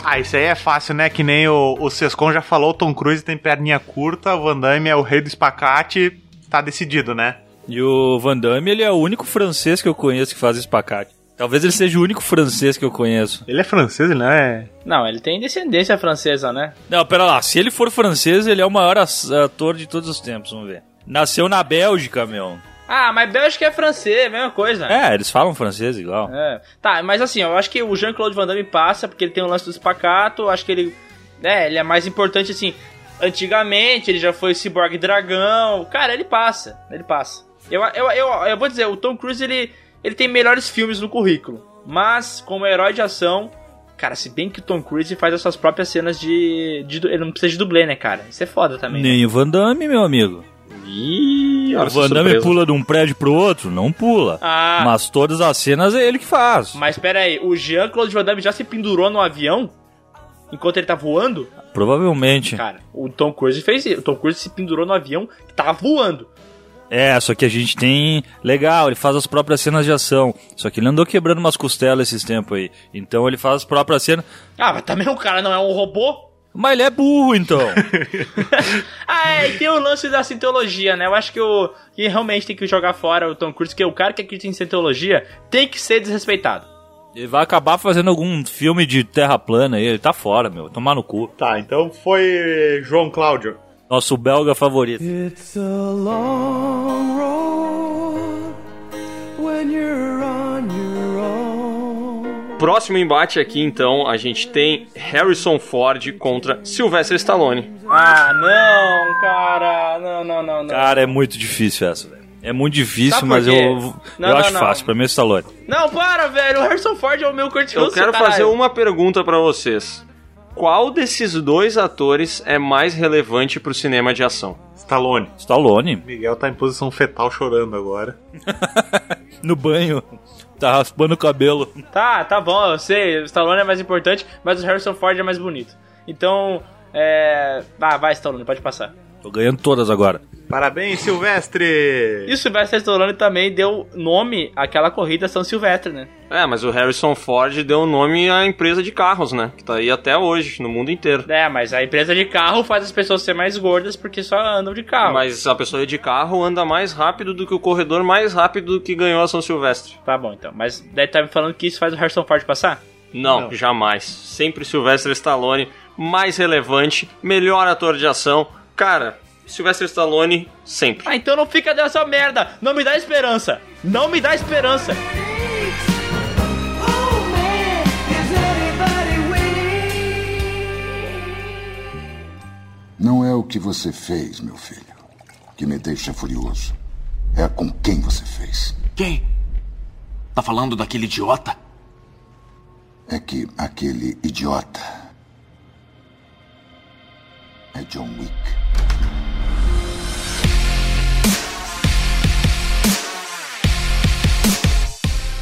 Ah, isso aí é fácil, né? Que nem o, o Sescon já falou, o Tom Cruise tem perninha curta, o Van Damme é o rei do espacate, tá decidido, né? E o Van Damme, ele é o único francês que eu conheço que faz espacate. Talvez ele seja o único francês que eu conheço. Ele é francês, ele não é... Não, ele tem descendência francesa, né? Não, pera lá. Se ele for francês, ele é o maior as- ator de todos os tempos, vamos ver. Nasceu na Bélgica, meu. Ah, mas Bélgica é francês, mesma coisa. É, eles falam francês igual. É. Tá, mas assim, eu acho que o Jean-Claude Van Damme passa, porque ele tem o lance do espacato, eu acho que ele. É, ele é mais importante assim. Antigamente, ele já foi Cyborg Dragão. Cara, ele passa, ele passa. Eu, eu, eu, eu vou dizer, o Tom Cruise ele, ele tem melhores filmes no currículo. Mas, como herói de ação, cara, se bem que o Tom Cruise faz as suas próprias cenas de. de du- ele não precisa de dublê, né, cara? Isso é foda também. né? Nem o Van Damme, meu amigo. Ih, o olha essa Van Damme surpresa. pula de um prédio pro outro? Não pula. Ah. Mas todas as cenas é ele que faz. Mas pera aí, o Jean-Claude Van Damme já se pendurou no avião enquanto ele tá voando? É. Provavelmente. Cara, o Tom Cruise fez isso. O Tom Cruise se pendurou no avião que tava voando. É, só que a gente tem. Legal, ele faz as próprias cenas de ação. Só que ele andou quebrando umas costelas esses tempos aí. Então ele faz as próprias cenas. Ah, mas também o cara não é um robô? Mas ele é burro, então. Ah, é, e tem o lance da cientologia, né? Eu acho que o que realmente tem que jogar fora o Tom Cruise, que o cara que acredita em cientologia tem que ser desrespeitado. ele vai acabar fazendo algum filme de terra plana aí. Ele tá fora, meu. Tomar no cu. Tá, então foi João Cláudio. Nosso belga favorito. É. It's a long road when you're on your own. Próximo embate aqui, então, a gente tem Harrison Ford contra Sylvester Stallone. Ah, não, cara. Não, não, não, não. Cara, é muito difícil essa, velho. É muito Sabe difícil, por mas quê? eu, eu Não, não, acho não. fácil. Pra mim é Stallone. Não, para, velho. O Harrison Ford é o meu Kurt Eu Russell, quero caralho. fazer um- uma pergunta pra vocês. Qual desses dois atores é mais relevante pro cinema de ação? Stallone. Stallone. Miguel tá em posição fetal chorando agora. No banho. Tá raspando o cabelo. Tá, tá bom, eu sei, o Stallone é mais importante, mas o Harrison Ford é mais bonito. Então, é. Ah, vai, Stallone, pode passar. Tô ganhando todas agora. Parabéns, Silvestre! E o Silvestre Stallone também deu nome àquela corrida São Silvestre, né? É, mas o Harrison Ford deu um nome à empresa de carros, né? Que tá aí até hoje, no mundo inteiro. É, mas a empresa de carro faz as pessoas serem mais gordas porque só andam de carro. Mas a pessoa de carro anda mais rápido do que o corredor mais rápido que ganhou a São Silvestre. Tá bom, então. Mas daí tá me falando que isso faz o Harrison Ford passar? Não, Não. jamais. Sempre Sylvester Stallone, mais relevante, melhor ator de ação. Cara, Sylvester Stallone, sempre. Ah, então não fica dessa merda. Não me dá esperança. Não me dá esperança. Não é o que você fez, meu filho, que me deixa furioso. É com quem você fez. Quem? Tá falando daquele idiota? É que aquele idiota é John Wick.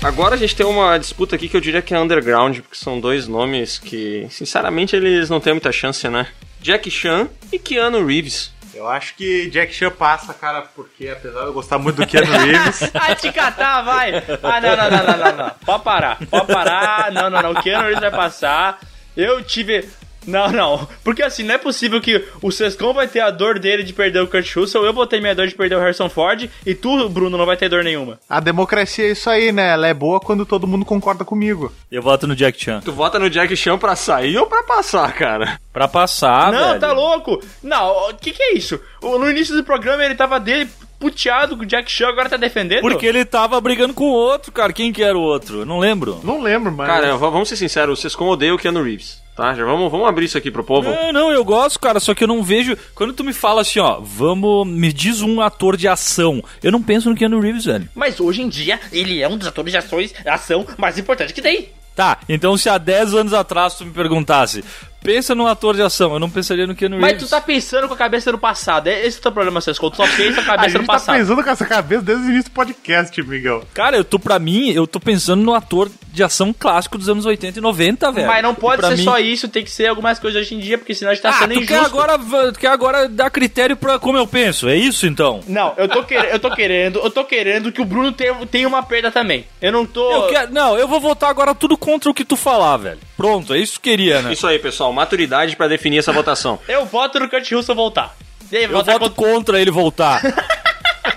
Agora a gente tem uma disputa aqui que eu diria que é underground, porque são dois nomes que, sinceramente, eles não têm muita chance, né? Jack Chan e Keanu Reeves. Eu acho que Jack Chan passa, cara, porque apesar de eu gostar muito do Keanu Reeves. ah, te catar, vai! Ah, não, não, não, não, não, não. Pode parar, pode parar. Não, não, não. O Keanu Reeves vai passar. Eu tive. Não, não. Porque assim, não é possível que o Sescon vai ter a dor dele de perder o Kurt Russell, eu vou ter minha dor de perder o Harrison Ford, e tu, Bruno, não vai ter dor nenhuma. A democracia é isso aí, né? Ela é boa quando todo mundo concorda comigo. Eu voto no Jack Chan. Tu vota no Jack Chan pra sair ou pra passar, cara? Pra passar, Não, velho. tá louco? Não, o que que é isso? O- No início do programa ele tava dele puteado com o Jack Chan, agora tá defendendo? Porque ele tava brigando com o outro, cara. Quem que era o outro? Não lembro. Não lembro, mas. Cara, v- vamos ser sinceros, vocês odeiam o Keanu Reeves, tá? Já vamos, vamos abrir isso aqui pro povo. É, Não, não, eu gosto, cara, só que eu não vejo. Quando tu me fala assim, ó, vamos. Me diz um ator de ação. Eu não penso no Keanu Reeves, velho. Mas hoje em dia ele é um dos atores de ações, ação mais importante que tem. Tá, então se há 10 anos atrás tu me perguntasse, pensa num ator de ação, eu não pensaria no Keanu Mas Reeves. tu tá pensando com a cabeça no passado. é- Esse é o teu problema, Sescon. Tu só pensa com a a cabeça gente no tá passado. pensando com essa cabeça desde o início do podcast, Miguel. Cara, eu tô, pra mim, eu tô pensando no ator de ação clássico dos anos 80 é, e 90, velho. Mas não pode Pra ser mim- só isso, tem que ser algumas coisas hoje em dia, porque senão a gente tá Ah, tu sendo injusto. quer, agora, tu quer agora dar critério pra como eu penso, é isso então? Não, eu tô, quer... eu tô querendo, eu tô querendo que o Bruno tenha, tenha uma perda também. Eu não tô. Eu quero- não, eu vou votar agora tudo contra o que tu falar, velho. Pronto, é isso que eu queria, né? Isso aí, pessoal, maturidade pra definir essa votação. Eu voto no Kurt Russell voltar. E aí, Eu votar voto contra- contra ele voltar.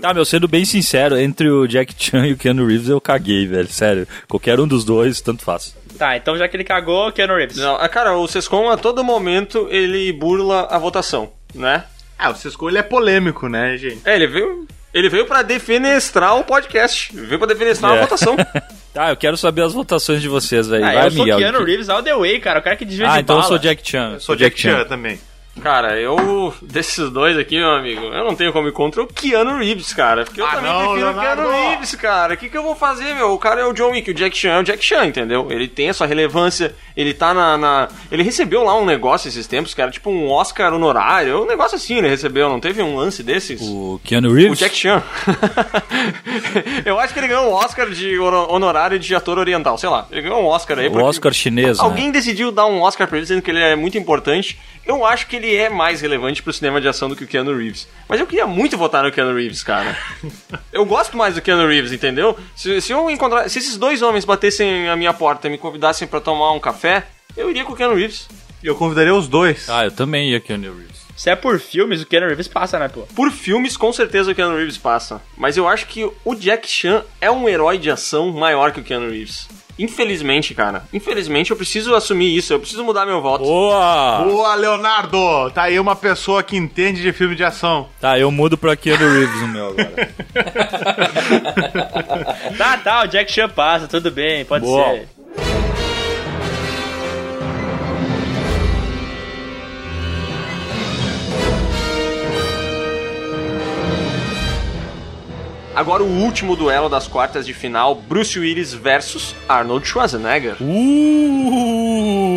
tá, meu, sendo bem sincero, entre o Jack Chan e o Keanu Reeves eu caguei, velho, sério. Qualquer um dos dois, tanto faz. Tá, então já que ele cagou, Keanu Reeves. Não, ah, cara, o Sescom a todo momento ele burla a votação, né? Ah, o Cisco ele é polêmico, né, gente? É, ele veio, ele veio pra defenestrar o podcast, veio pra defenestrar a É. votação. Tá, eu quero saber as votações de vocês, velho. Ah, Vai, eu sou Miguel. Keanu Reeves all the way, cara. O cara que desvia Ah, de então eu bala. sou Jack Chan. Eu Sou Jack Chan também. Cara, eu. Desses dois aqui, meu amigo, eu não tenho como ir contra o Keanu Reeves, cara. Porque eu Ah, também não, prefiro Leonardo. o Keanu Reeves, cara. O que, que eu vou fazer, meu? O cara é o John Wick, o Jack Chan é o Jack Chan, entendeu? Ele tem a sua relevância, ele tá na. na- Ele recebeu lá um negócio esses tempos, cara, tipo um Oscar honorário. Um negócio assim ele recebeu, não teve um lance desses? O Keanu Reeves? O Jack Chan. eu acho que ele ganhou um Oscar de hor- honorário de ator oriental, sei lá. Ele ganhou um Oscar aí. O porque Oscar chinês, né? Alguém decidiu dar um Oscar pra ele, dizendo que ele é muito importante. Eu acho que ele é mais relevante pro cinema de ação do que o Keanu Reeves. Mas eu queria muito votar no Keanu Reeves, cara. eu gosto mais do Keanu Reeves, entendeu? Se, se eu encontrar, se esses dois homens batessem a minha porta e me convidassem pra tomar um café, eu iria com o Keanu Reeves. Eu convidaria os dois. Ah, eu também ia Keanu Reeves. Se é por filmes, o Keanu Reeves passa, né, pô? Por filmes, com certeza o Keanu Reeves passa. Mas eu acho que o Jack Chan é um herói de ação maior que o Keanu Reeves. Infelizmente, cara. Infelizmente, eu preciso assumir isso. Eu preciso mudar meu voto. Boa! Boa, Leonardo! Tá aí uma pessoa que entende de filme de ação. Tá, eu mudo pra Keanu Reeves o meu agora. tá, tá, o Jack Chan passa, tudo bem, pode É. Boa. ser. Agora o último duelo das quartas de final, Bruce Willis versus Arnold Schwarzenegger.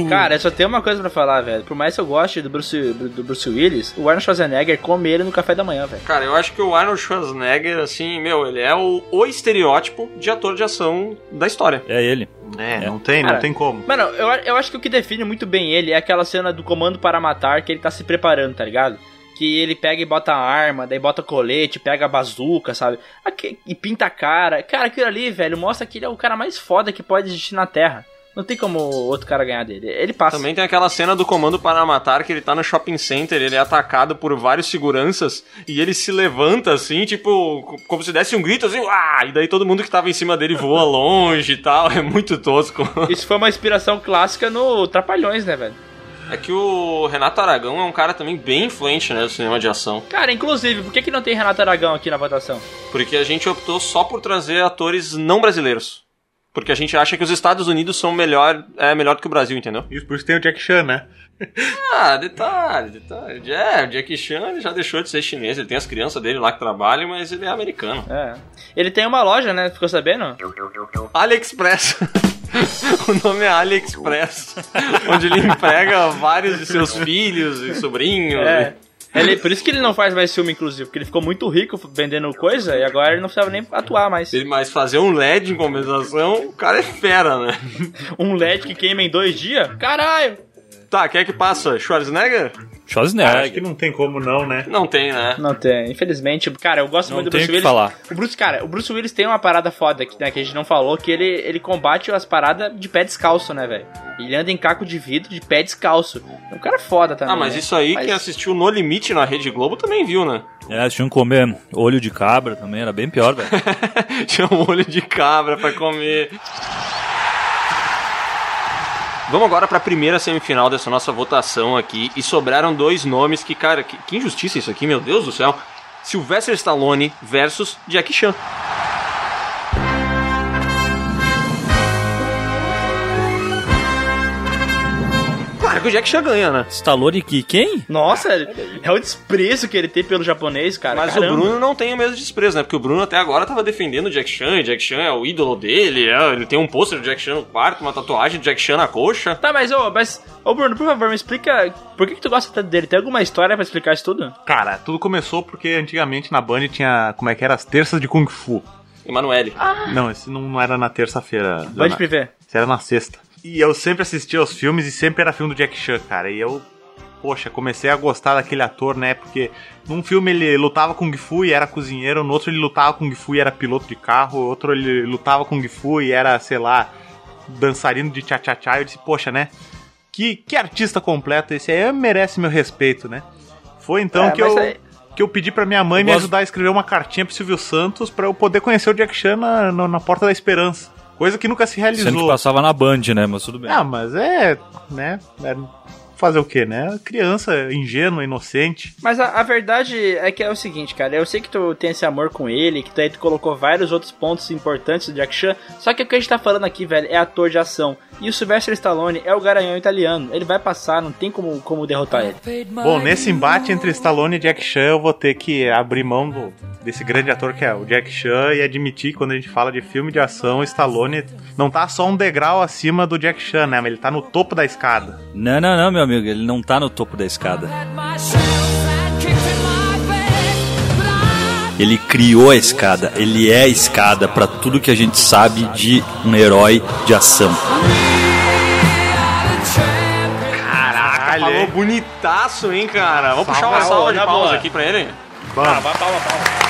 Cara, eu só tenho uma coisa pra falar, velho. Por mais que eu goste do Bruce, do Bruce Willis, o Arnold Schwarzenegger come ele no café da manhã, velho. Cara, eu acho que o Arnold Schwarzenegger, assim, meu, ele é o, o estereótipo de ator de ação da história. É ele. É, não tem, não Cara, tem como. Mano, eu, eu acho que o que define muito bem ele é aquela cena do comando para matar que ele tá se preparando, tá ligado? que ele pega e bota arma, daí bota colete, pega a bazuca, sabe? Aqui- e pinta a cara. Cara, aquilo ali, velho, mostra que ele é o cara mais foda que pode existir na Terra. Não tem como outro cara ganhar dele. Ele passa. Também tem aquela cena do comando para matar que ele tá no shopping center, ele é atacado por vários seguranças e ele se levanta assim, tipo, co- como se desse um grito assim, uá! E daí todo mundo que tava em cima dele voa longe e tal. É muito tosco. Isso foi uma inspiração clássica no Trapalhões, né, velho? É que o Renato Aragão é um cara também bem influente, né, do cinema de ação. Cara, inclusive, por que, que não tem Renato Aragão aqui na votação? Porque a gente optou só por trazer atores não brasileiros. Porque a gente acha que os Estados Unidos são melhor, é, melhor que o Brasil, entendeu? Isso, por isso tem o Jack Chan, né? Ah, detalhe, detalhe. É, o Jack Chan ele já deixou de ser chinês, ele tem as crianças dele lá que trabalham, mas ele é americano. É. Ele tem uma loja, né? Ficou sabendo? AliExpress. o nome é AliExpress, onde ele emprega vários de seus filhos e sobrinhos. É. Ele, por isso que ele não faz mais filme, inclusive, porque ele ficou muito rico vendendo coisa e agora ele não precisava nem atuar mais. Ele mais fazer um LED em compensação, o cara é fera, né? um LED que queima em dois dias? Caralho! Tá, quem é que passa? Schwarzenegger? Schwarzenegger. Acho que não tem como não, né? Não tem, né? Não tem, infelizmente. Cara, eu gosto Não muito do tem o Bruce que Willis. falar. O Bruce, cara, o Bruce Willis tem uma parada foda que, né, que a gente não falou, que ele, ele combate as paradas de pé descalço, né, velho? Ele anda em caco de vidro de pé descalço. É um cara foda também. Ah, mas né? isso aí, Mas- quem assistiu No Limite na Rede Globo também viu, né? É, tinham que comer olho de cabra também, era bem pior, velho. Tinha um olho de cabra pra comer. Vamos agora pra primeira semifinal dessa nossa votação aqui. E sobraram dois nomes que, cara, que, que injustiça isso aqui, meu Deus do céu. Sylvester Stallone versus Jack Chan. Claro que o Jack Chan ganha, né? Stallone tá que quem? Nossa, é o desprezo que ele tem pelo japonês, cara. Mas Caramba. o Bruno não tem o mesmo desprezo, né? Porque o Bruno até agora tava defendendo o Jack Chan, e Jack Chan é o ídolo dele, é, ele tem um pôster do Jack Chan no quarto, uma tatuagem do Jack Chan na coxa. Tá, mas ô, mas, ô Bruno, por favor, me explica por que, que tu gosta tanto dele? Tem alguma história pra explicar isso tudo? Cara, tudo começou porque antigamente na Band tinha, como é que era, as terças de Kung Fu. Emanuele. Não, esse não era na terça-feira. Band Leonardo. Privé. Isso era na sexta. E eu sempre assistia aos filmes e sempre era filme do Jack Chan, cara. E eu, poxa, comecei a gostar daquele ator, né? Porque num filme ele lutava Kung Fu e era cozinheiro, no outro ele lutava Kung Fu e era piloto de carro, outro ele lutava Kung Fu e era, sei lá, dançarino de tchá-tchá-tchá. Eu disse, poxa, né? Que, que artista completo esse aí, merece meu respeito, né? Foi então É, que mas eu. aí- Que eu pedi pra minha mãe Eu me gosto- ajudar a escrever uma cartinha pro Silvio Santos pra eu poder conhecer o Jack Chan na, na, na Porta da Esperança. Coisa que nunca se realizou. Sendo que passava na Band, né? Mas tudo bem. Ah, mas é, né? é fazer o quê, né? Criança ingênua, inocente. Mas a, a verdade é que é o seguinte, cara. Eu sei que tu tem esse amor com ele, que daí tu colocou vários outros pontos importantes do Jack Chan. Só que o que a gente tá falando aqui, velho, é ator de ação. E o Sylvester Stallone é o garanhão italiano. Ele vai passar, não tem como, como derrotar ele. Bom, nesse embate entre Stallone e Jack Chan, eu vou ter que abrir mão do- desse grande ator que é o Jack Chan e admitir que quando a gente fala de filme de ação, o Stallone não tá só um degrau acima do Jack Chan, né? Mas ele tá no topo da escada. Não, não, não, meu amigo, ele não tá no topo da escada. Ele criou a escada, ele é a escada pra tudo que a gente sabe de um herói de ação. Ah, Caraca, é falou hein? bonitaço, hein, cara? Vamos puxar uma Salva, salva de na palmas boa. aqui pra ele? Ah, vai, palma, palma.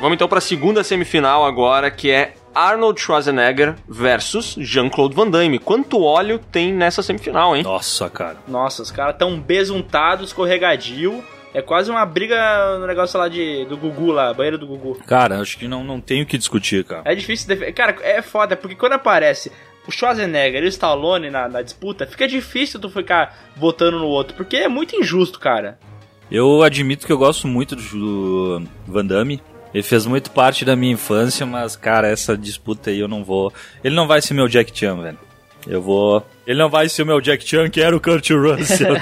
Vamos então pra segunda semifinal agora, que é Arnold Schwarzenegger versus Jean-Claude Van Damme. Quanto óleo tem nessa semifinal, hein? Nossa, cara. Nossa, os caras tão besuntados, escorregadio. É quase uma briga no negócio lá de, do Gugu lá, banheiro do Gugu. Cara, acho que não, não tem o que discutir, cara. É difícil defender. Cara, é foda, porque quando aparece o Schwarzenegger e o Stallone na, na disputa, fica difícil tu ficar votando no outro, porque é muito injusto, cara. Eu admito que eu gosto muito do Van Damme, Ele fez muito parte da minha infância, mas, cara, essa disputa aí eu não vou. Ele não vai ser meu Jack Chan, velho. Eu vou. Ele não vai ser o meu Jack Chan, que era o Kurt Russell.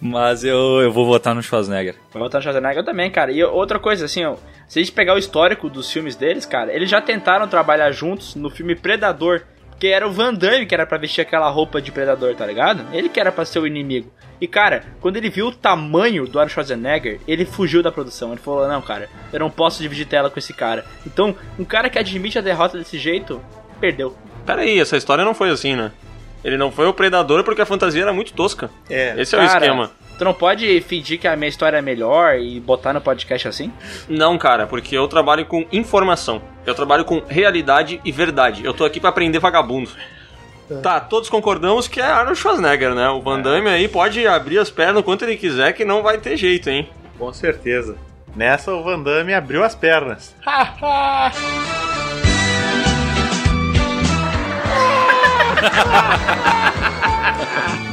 mas eu, eu vou votar no Schwarzenegger. Vou votar no Schwarzenegger eu também, cara. E outra coisa, assim, ó, se a gente pegar o histórico dos filmes deles, cara, eles já tentaram trabalhar juntos no filme Predador, que era o Van Damme que era pra vestir aquela roupa de predador, tá ligado? Ele que era pra ser o inimigo. E cara, quando ele viu o tamanho do Arnold Schwarzenegger, ele fugiu da produção. Ele falou: Não, cara, eu não posso dividir tela com esse cara. Então, um cara que admite a derrota desse jeito, perdeu. Peraí, essa história não foi assim, né? Ele não foi o predador porque a fantasia era muito tosca. É, Esse é o cara, esquema. Tu não pode fingir que a minha história é melhor e botar no podcast assim? Não, cara, porque eu trabalho com informação. Eu trabalho com realidade e verdade. Eu tô aqui pra aprender vagabundo. Tá, todos concordamos que é Arnold Schwarzenegger, né? O Van Damme aí pode abrir as pernas o quanto ele quiser, que não vai ter jeito, hein? Com certeza. Nessa, o Van Damme abriu as pernas.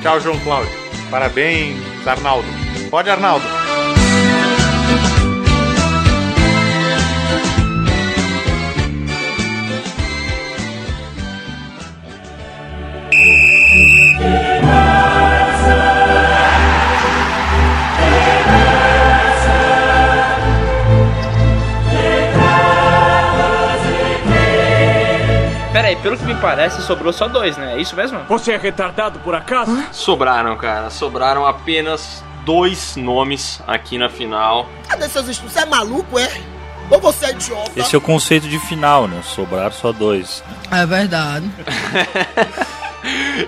Tchau, João Cláudio. Parabéns, Arnaldo. Pode, Arnaldo. Pera aí, pelo que me parece, sobrou só dois, né? É isso mesmo? Você é retardado por acaso? Sobraram, cara. Sobraram apenas dois nomes aqui na final. Cadê seus estudos? Você é maluco, é? Ou você é idiota? Esse é o conceito de final, né? Sobrar só dois. É verdade.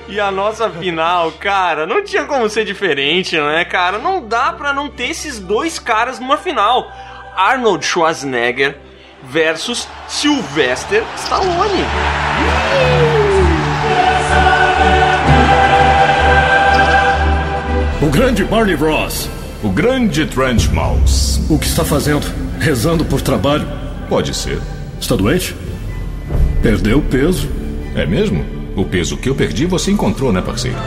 E a nossa final, cara, não tinha como ser diferente, né, cara? Não dá pra não ter esses dois caras numa final. Arnold Schwarzenegger versus Sylvester Stallone. O grande Barney Ross. O grande Trent Mouse. O que está fazendo? Rezando por trabalho? Pode ser. Está doente? Perdeu peso? É mesmo? O peso que eu perdi você encontrou, né, parceiro?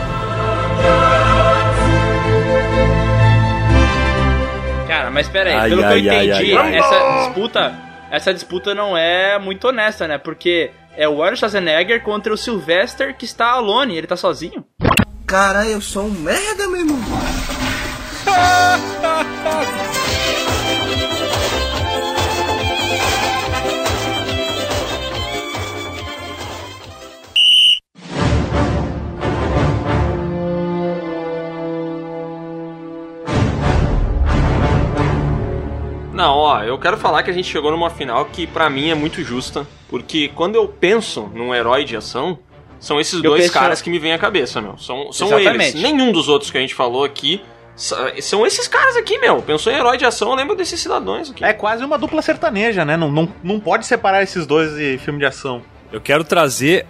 Cara, mas pera aí, Ai, pelo ai, que eu ai, entendi, ai, ai. essa disputa, essa disputa não é muito honesta, né? Porque é o Arnold Schwarzenegger contra o Sylvester que está alone, ele tá sozinho. Cara, eu sou um merda, meu irmão. Não, ó, eu quero falar que a gente chegou numa final que pra mim é muito justa, porque quando eu penso num herói de ação, são esses Eu dois penso- caras que me vêm à cabeça, meu. São, são eles. Exatamente. Nenhum dos outros que a gente falou aqui sa- são esses caras aqui, meu. Pensou em herói de ação, eu lembro desses cidadãos aqui. É quase uma dupla sertaneja, né? Não, não, não pode separar esses dois de filme de ação. Eu quero trazer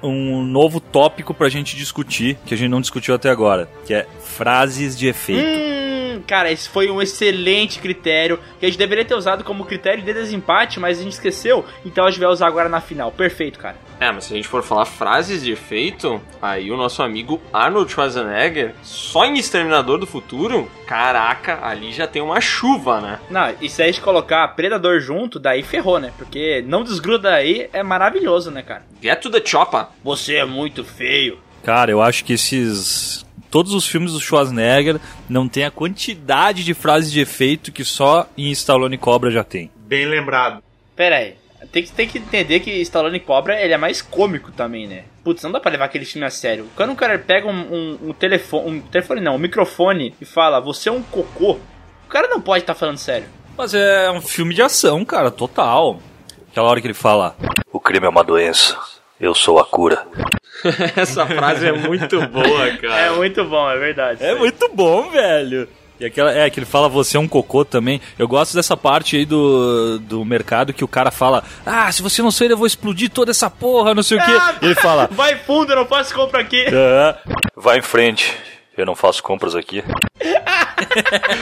um novo tópico pra gente discutir, que a gente não discutiu até agora, que é frases de efeito. Hum, cara, esse foi um excelente critério que a gente deveria ter usado como critério de desempate, mas a gente esqueceu, então a gente vai usar agora na final. Perfeito, cara. É, mas se a gente for falar frases de efeito, aí o nosso amigo Arnold Schwarzenegger, só em Exterminador do Futuro, caraca, ali já tem uma chuva, né? Não, e se a gente colocar Predador junto, daí ferrou, né? Porque não desgruda aí é maravilhoso, né, cara? Get to the chopper. Você é muito feio. Cara, eu acho que esses. Todos os filmes do Schwarzenegger não tem a quantidade de frases de efeito que só em Stallone Cobra já tem. Bem lembrado. Pera aí. Tem que, tem que entender que Stallone Cobra ele é mais cômico também, né? Putz, não dá pra levar aquele filme a sério. Quando um cara pega um, um- um telefone. Um telefone não, um microfone e fala, você é um cocô, o cara não pode estar falando sério. Mas é um filme de ação, cara, total. Aquela hora que ele fala: O crime é uma doença, eu sou a cura. Essa frase é muito boa, cara. É muito bom, é verdade. É muito bom, velho. E aquela, é, que ele fala, você é um cocô também. Eu gosto dessa parte aí do, do mercado que o cara fala, ah, se você não sair eu vou explodir toda essa porra, não sei o quê. Ele fala, Vai fundo, eu não posso comprar aqui. vai em frente, eu não faço compras aqui.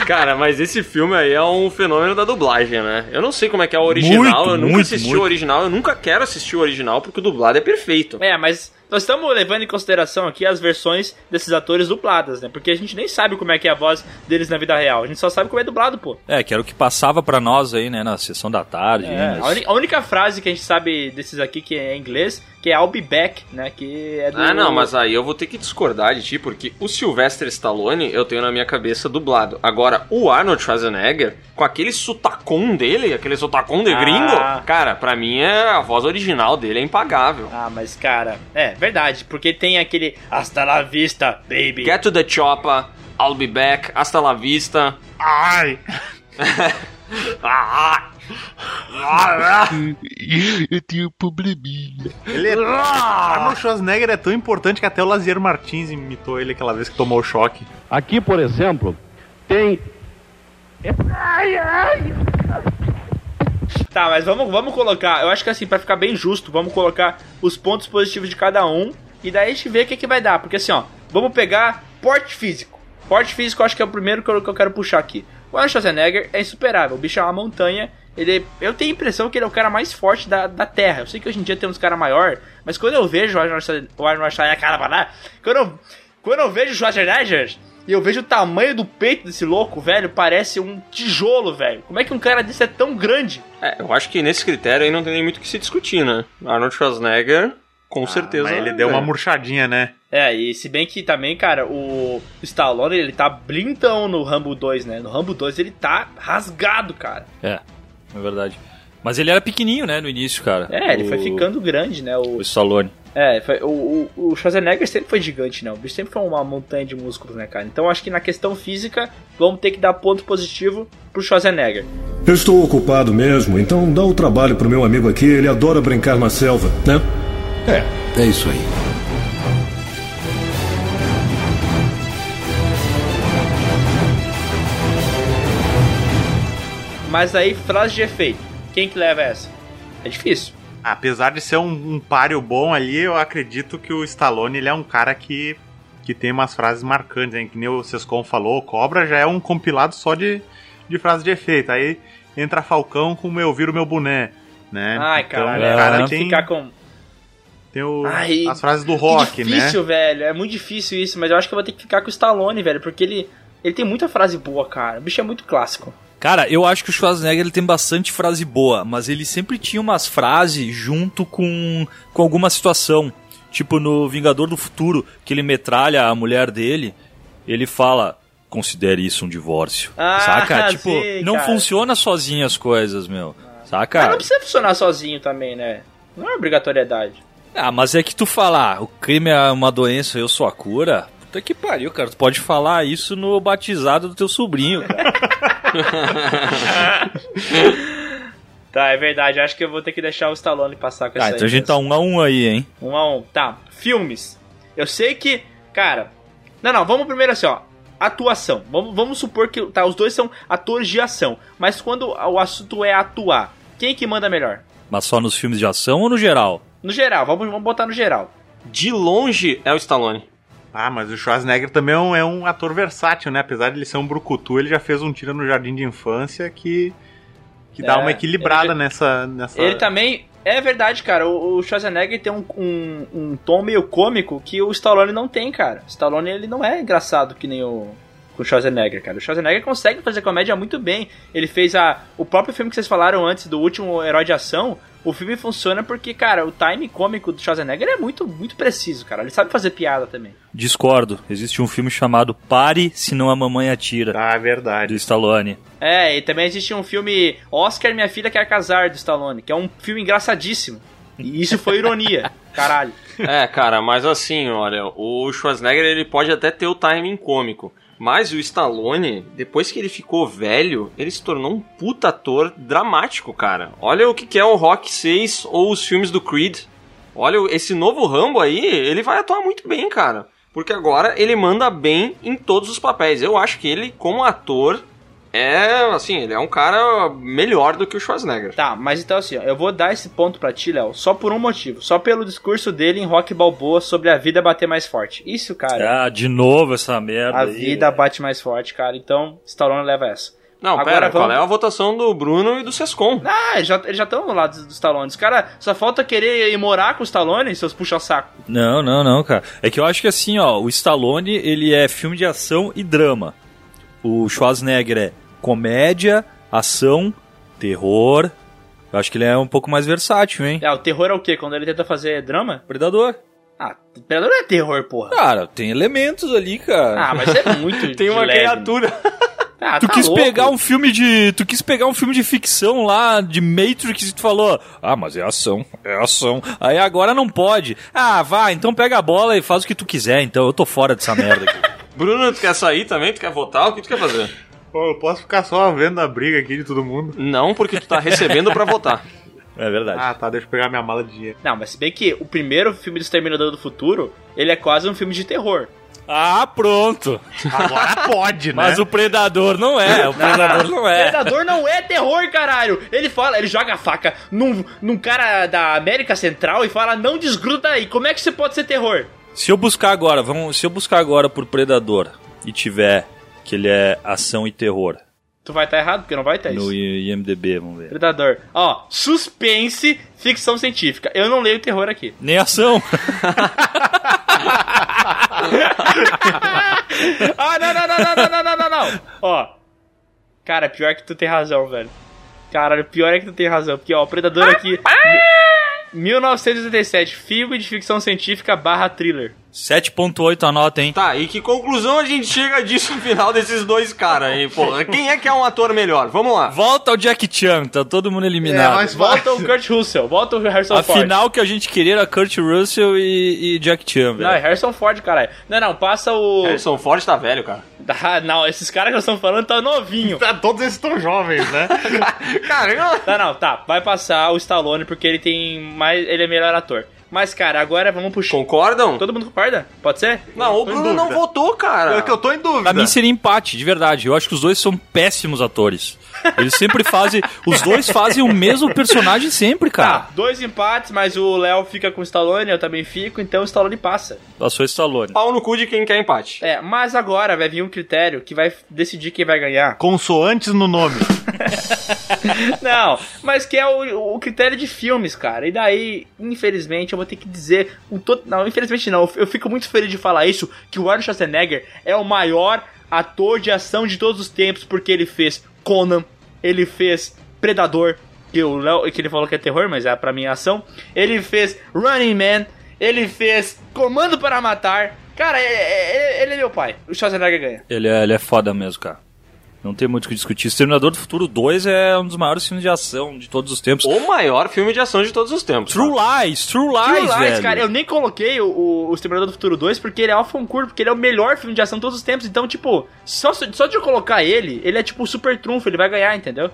Cara, mas esse filme aí é um fenômeno da dublagem, né? Eu não sei como é que é o original, Muito, eu nunca muito, assisti muito. o original, eu nunca quero assistir o original porque o dublado é perfeito. É, mas Nós estamos levando em consideração aqui as versões desses atores dubladas, né? Porque a gente nem sabe como é que é a voz deles na vida real. A gente só sabe como é dublado, pô. É, que era o que passava pra nós aí, né, na sessão da tarde. né, É, mas- a, uni- a única frase que a gente sabe desses aqui que é em inglês, que é I'll be back, né? Que é do... Ah, não, mas aí eu vou ter que discordar de ti, porque o Sylvester Stallone eu tenho na minha cabeça dublado. Agora, o Arnold Schwarzenegger, com aquele sotacão dele, aquele sotacão de Ah. gringo, cara, pra mim é, a voz original dele é impagável. Ah, mas cara, é verdade, porque tem aquele Hasta la vista, baby. Get to the chopper, I'll be back, hasta la vista. Ai! ah, Eu, eu tenho um probleminha. Ele é... Arnold Schwarzenegger é tão importante que até o Lazier Martins imitou ele aquela vez que tomou o choque. Aqui, por exemplo, tem. Ai, ai. Tá, mas vamos, vamos colocar, eu acho que assim, pra ficar bem justo, vamos colocar os pontos positivos de cada um e daí a gente vê o que, que vai dar, porque assim, ó, vamos pegar porte físico. Porte físico eu acho que é o primeiro que eu, que eu quero puxar aqui. O Arnold Schwarzenegger é insuperável, o bicho é uma montanha, ele, eu tenho a impressão que ele é o cara mais forte da, da Terra. Eu sei que hoje em dia tem uns caras maior, mas quando eu vejo o Arnold Schwarzenegger, o Arnold Schwarzenegger cara, pra lá, quando eu, quando eu vejo o Schwarzenegger e eu vejo o tamanho do peito desse louco, velho, parece um tijolo, velho. Como é que um cara desse é tão grande? É, eu acho que nesse critério aí não tem nem muito o que se discutir, né? Arnold Schwarzenegger, com certeza. Ah, é. mas ele deu uma murchadinha, né? É, e se bem que também, cara, o Stallone, ele tá blintão no Rambo 2, né? No Rambo 2 ele tá rasgado, cara. É, é verdade. Mas ele era pequenininho, né, no início, cara. É, ele foi O- ficando grande, né? O, O Stallone. é, foi- o, o, o Schwarzenegger sempre foi gigante, né? O bicho sempre foi uma montanha de músculos, né, cara? Então acho que na questão física, vamos ter que dar ponto positivo pro Schwarzenegger. Eu estou ocupado mesmo, então dá o trabalho pro meu amigo aqui, ele adora brincar na selva, né? É. É isso aí. Mas aí, frase de efeito. Quem que leva essa? É difícil. Apesar de ser um, um páreo bom ali, eu acredito que o Stallone ele é um cara que, que tem umas frases marcantes, hein? Que nem o Sescon falou, Cobra já é um compilado só de, de frases de efeito. Aí entra Falcão com Eu Viro Meu Boné, né? Ai, Então, cara, o tem cara que tem, ficar com... tem o- Ai, as frases do que rock, difícil, né? velho. É muito difícil isso, mas eu acho que eu vou ter que ficar com o Stallone, velho, porque ele, ele tem muita frase boa, cara. O bicho é muito clássico. Cara, eu acho que o Schwarzenegger ele tem bastante frase boa, mas ele sempre tinha umas frases junto com, com alguma situação. Tipo no Vingador do Futuro, que ele metralha a mulher dele, ele fala: considere isso um divórcio. Ah, saca? Tipo, sim, não cara. funciona sozinho as coisas, meu. Saca? Mas não precisa funcionar sozinho também, né? Não é obrigatoriedade. Ah, mas é que tu falar, o crime é uma doença, eu sou a cura. Puta que pariu, cara. Tu pode falar isso no batizado do teu sobrinho, cara. Tá, é verdade. Acho que eu vou ter que deixar o Stallone passar com ah, essa então a gente tá um a um aí, hein? Um a um. Tá, filmes. Eu sei que, cara. Não, não, vamos primeiro assim, ó. Atuação. Vamos, vamos supor que tá, os dois são atores de ação. Mas quando o assunto é atuar, quem que manda melhor? Mas só nos filmes de ação ou no geral? No geral, vamos, vamos botar no geral. De longe é o Stallone. Ah, mas o Schwarzenegger também é um, é um ator versátil, né? Apesar de ele ser um brucutu, ele já fez um tiro no Jardim de Infância que, que dá É, uma equilibrada ele- nessa, nessa... Ele também. É verdade, cara. O o Schwarzenegger tem um, um, um tom meio cômico que o Stallone não tem, cara. O Stallone ele não é engraçado que nem o, o Schwarzenegger, cara. O Schwarzenegger consegue fazer comédia muito bem. Ele fez a, o próprio filme que vocês falaram antes do último Herói de Ação. O filme funciona porque, cara, o time cômico do Schwarzenegger é muito, muito preciso, cara. Ele sabe fazer piada também. Discordo. Existe um filme chamado Pare, senão a mamãe atira. Ah, verdade. Do Stallone. É, e também existe um filme Oscar Minha Filha Quer Casar do Stallone, que é um filme engraçadíssimo. E isso foi ironia, caralho. É, cara, mas assim, olha, o Schwarzenegger ele pode até ter o timing cômico, mas o Stallone, depois que ele ficou velho, ele se tornou um puta ator dramático, cara. Olha o que que é o Rock 6 ou os filmes do Creed. Olha, esse novo Rambo aí, ele vai atuar muito bem, cara. Porque agora ele manda bem em todos os papéis. Eu acho que ele, como ator, é, assim, ele é um cara melhor do que o Schwarzenegger. Tá, mas então assim, ó, eu vou dar esse ponto pra ti, Léo, só por um motivo. Só pelo discurso dele em Rock Balboa sobre a vida bater mais forte. Isso, cara. Ah, de novo essa merda. a aí, vida bate mais forte, cara. Então, Stallone leva essa. Não, Agora pera, vamos- qual é a votação do Bruno e do Sescom? Ah, eles já eles já estão lá dos, dos talones. Cara, só falta querer ir morar com os talones, seus puxa-saco. Não, não, não, cara. É que eu acho que assim, ó, o Stallone, ele é filme de ação e drama. O Schwarzenegger é comédia, ação, terror. Eu acho que ele é um pouco mais versátil, hein? É, o terror é o quê? Quando ele tenta fazer drama? Predador. Ah, Predador não é terror, porra. Cara, tem elementos ali, cara. Ah, mas é muito Tem uma de leve. criatura. Ah, tu tá quis louco. pegar um filme de. Tu quis pegar um filme de ficção lá, de Matrix, e tu falou, ah, mas é ação, é ação. Aí agora não pode. Ah, vá, então pega a bola e faz o que tu quiser, então eu tô fora dessa merda aqui. Bruno, tu quer sair também? Tu quer votar? O que tu quer fazer? Pô, eu posso ficar só vendo a briga aqui de todo mundo? Não, porque tu tá recebendo pra votar. É verdade. Ah, tá, deixa eu pegar minha mala de dinheiro. Não, mas se bem que o primeiro filme do Exterminador do Futuro, ele é quase um filme de terror. Ah, pronto. Agora pode, né? Mas o Predador não é, o Predador não é. Predador não é terror, caralho. Ele fala, ele joga a faca num, num cara da América Central e fala, não desgruda aí. Como é que você pode ser terror? Se eu buscar agora, vamos, se eu buscar agora por Predador e tiver que ele é ação e terror Tu vai estar errado, porque não vai estar É isso. no I- IMDB, vamos ver. Predador. Ó, suspense, ficção científica. Eu não leio terror aqui. Nem ação. ah, não, não, não, não, não, não, não, não, não. Ó. Cara, pior que tu tem razão, velho. Caralho, pior é que tu tem razão. Porque, ó, o Predador aqui. 1987, filme de ficção científica barra thriller. 7.8 a nota, hein? Tá, e que conclusão a gente chega disso no final desses dois caras aí, porra? Quem é que é um ator melhor? Vamos lá. Volta ao Jack Chan, tá todo mundo É, eliminado. volta o Kurt Russell, volta o Harrison Ford. Afinal, o que a gente queria era Kurt Russell e, e Jack Chan, Não, é velho. Harrison Ford, caralho. Não, não, passa o. Harrison Ford tá velho, cara. Ah, não, esses caras que nós estamos falando tá novinho. é, Todos esses estão jovens, né? Caramba! Não, não, tá. Vai passar o Stallone porque ele tem mais. Ele é melhor ator. Mas, cara, agora vamos puxar. Concordam? Todo mundo concorda? Pode ser? Não, o Tô em Bruno não dúvida. votou, cara. É que eu tô em dúvida. Pra mim seria empate, de verdade. Eu acho que os dois são péssimos atores. Eles sempre fazem. Os dois fazem o mesmo personagem sempre, cara. Tá, Dois empates, mas o Léo fica com o Stallone, eu também fico, então o Stallone passa. Passou Stallone. Pau no cu de quem quer empate. É, mas agora vai vir um critério que vai decidir quem vai ganhar. Consoantes no nome. Não, mas que é o, o critério de filmes, cara. E daí, infelizmente, eu vou ter que dizer. o to- Não, infelizmente não. Eu fico muito feliz de falar isso: que o Arnold Schwarzenegger é o maior ator de ação de todos os tempos, porque ele fez Conan, ele fez Predador, que, o Léo, que ele falou que é terror, mas é pra mim é ação. Ele fez Running Man, ele fez Comando para Matar. Cara, é- é- é- ele é meu pai. O Schwarzenegger ganha. Ele é, ele é foda mesmo, cara. Não tem muito o que discutir. Exterminador do Futuro 2 é um dos maiores filmes de ação de todos os tempos. O maior filme de ação de todos os tempos. Oh, True Lies, True Lies, True Lies, velho. cara, eu nem coloquei o, o, o Exterminador do Futuro 2 porque ele é alfa um curto, porque ele é o melhor filme de ação de todos os tempos. Então, tipo, só, só de eu colocar ele, ele é tipo o super trunfo, ele vai ganhar, entendeu?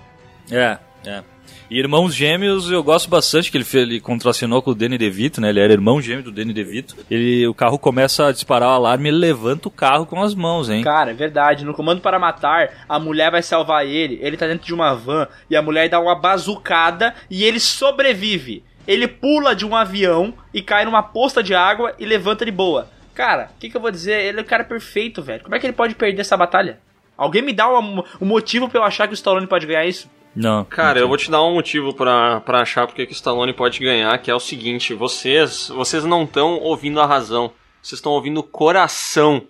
É, é. E Irmãos Gêmeos, eu gosto bastante que ele, fe- ele contracenou com o Danny DeVito, né? Ele era irmão gêmeo do Danny DeVito. Ele, o carro começa a disparar o alarme e ele levanta o carro com as mãos, hein? Cara, é verdade. No Comando para Matar, a mulher vai salvar ele, ele tá dentro de uma van e a mulher dá uma bazucada e ele sobrevive. Ele pula de um avião e cai numa posta de água e levanta de boa. Cara, o que, que eu vou dizer? Ele é o cara perfeito, velho. Como é que ele pode perder essa batalha? Alguém me dá uma- um motivo pra eu achar que o Stallone pode ganhar isso? Não. Cara, eu vou te dar um motivo pra, pra achar porque que o Stallone pode ganhar, que é o seguinte, vocês, vocês não estão ouvindo a razão, vocês estão ouvindo o coração.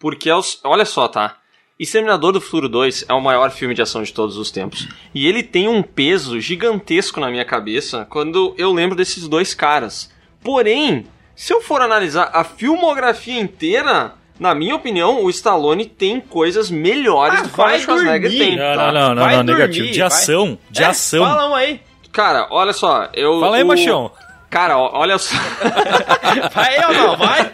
Porque é os, olha só, tá? Exterminador do Futuro 2 é o maior filme de ação de todos os tempos. E ele tem um peso gigantesco na minha cabeça quando eu lembro desses dois caras. Porém, se eu for analisar a filmografia inteira, na minha opinião, o Stallone tem coisas melhores do que o Arnold Schwarzenegger tem. Não, tá? não, não, não, não, negativo. De ação, de ação. um aí. Cara, olha só, eu. Fala aí, o- machão. Cara, ó- olha só. vai ou não, vai?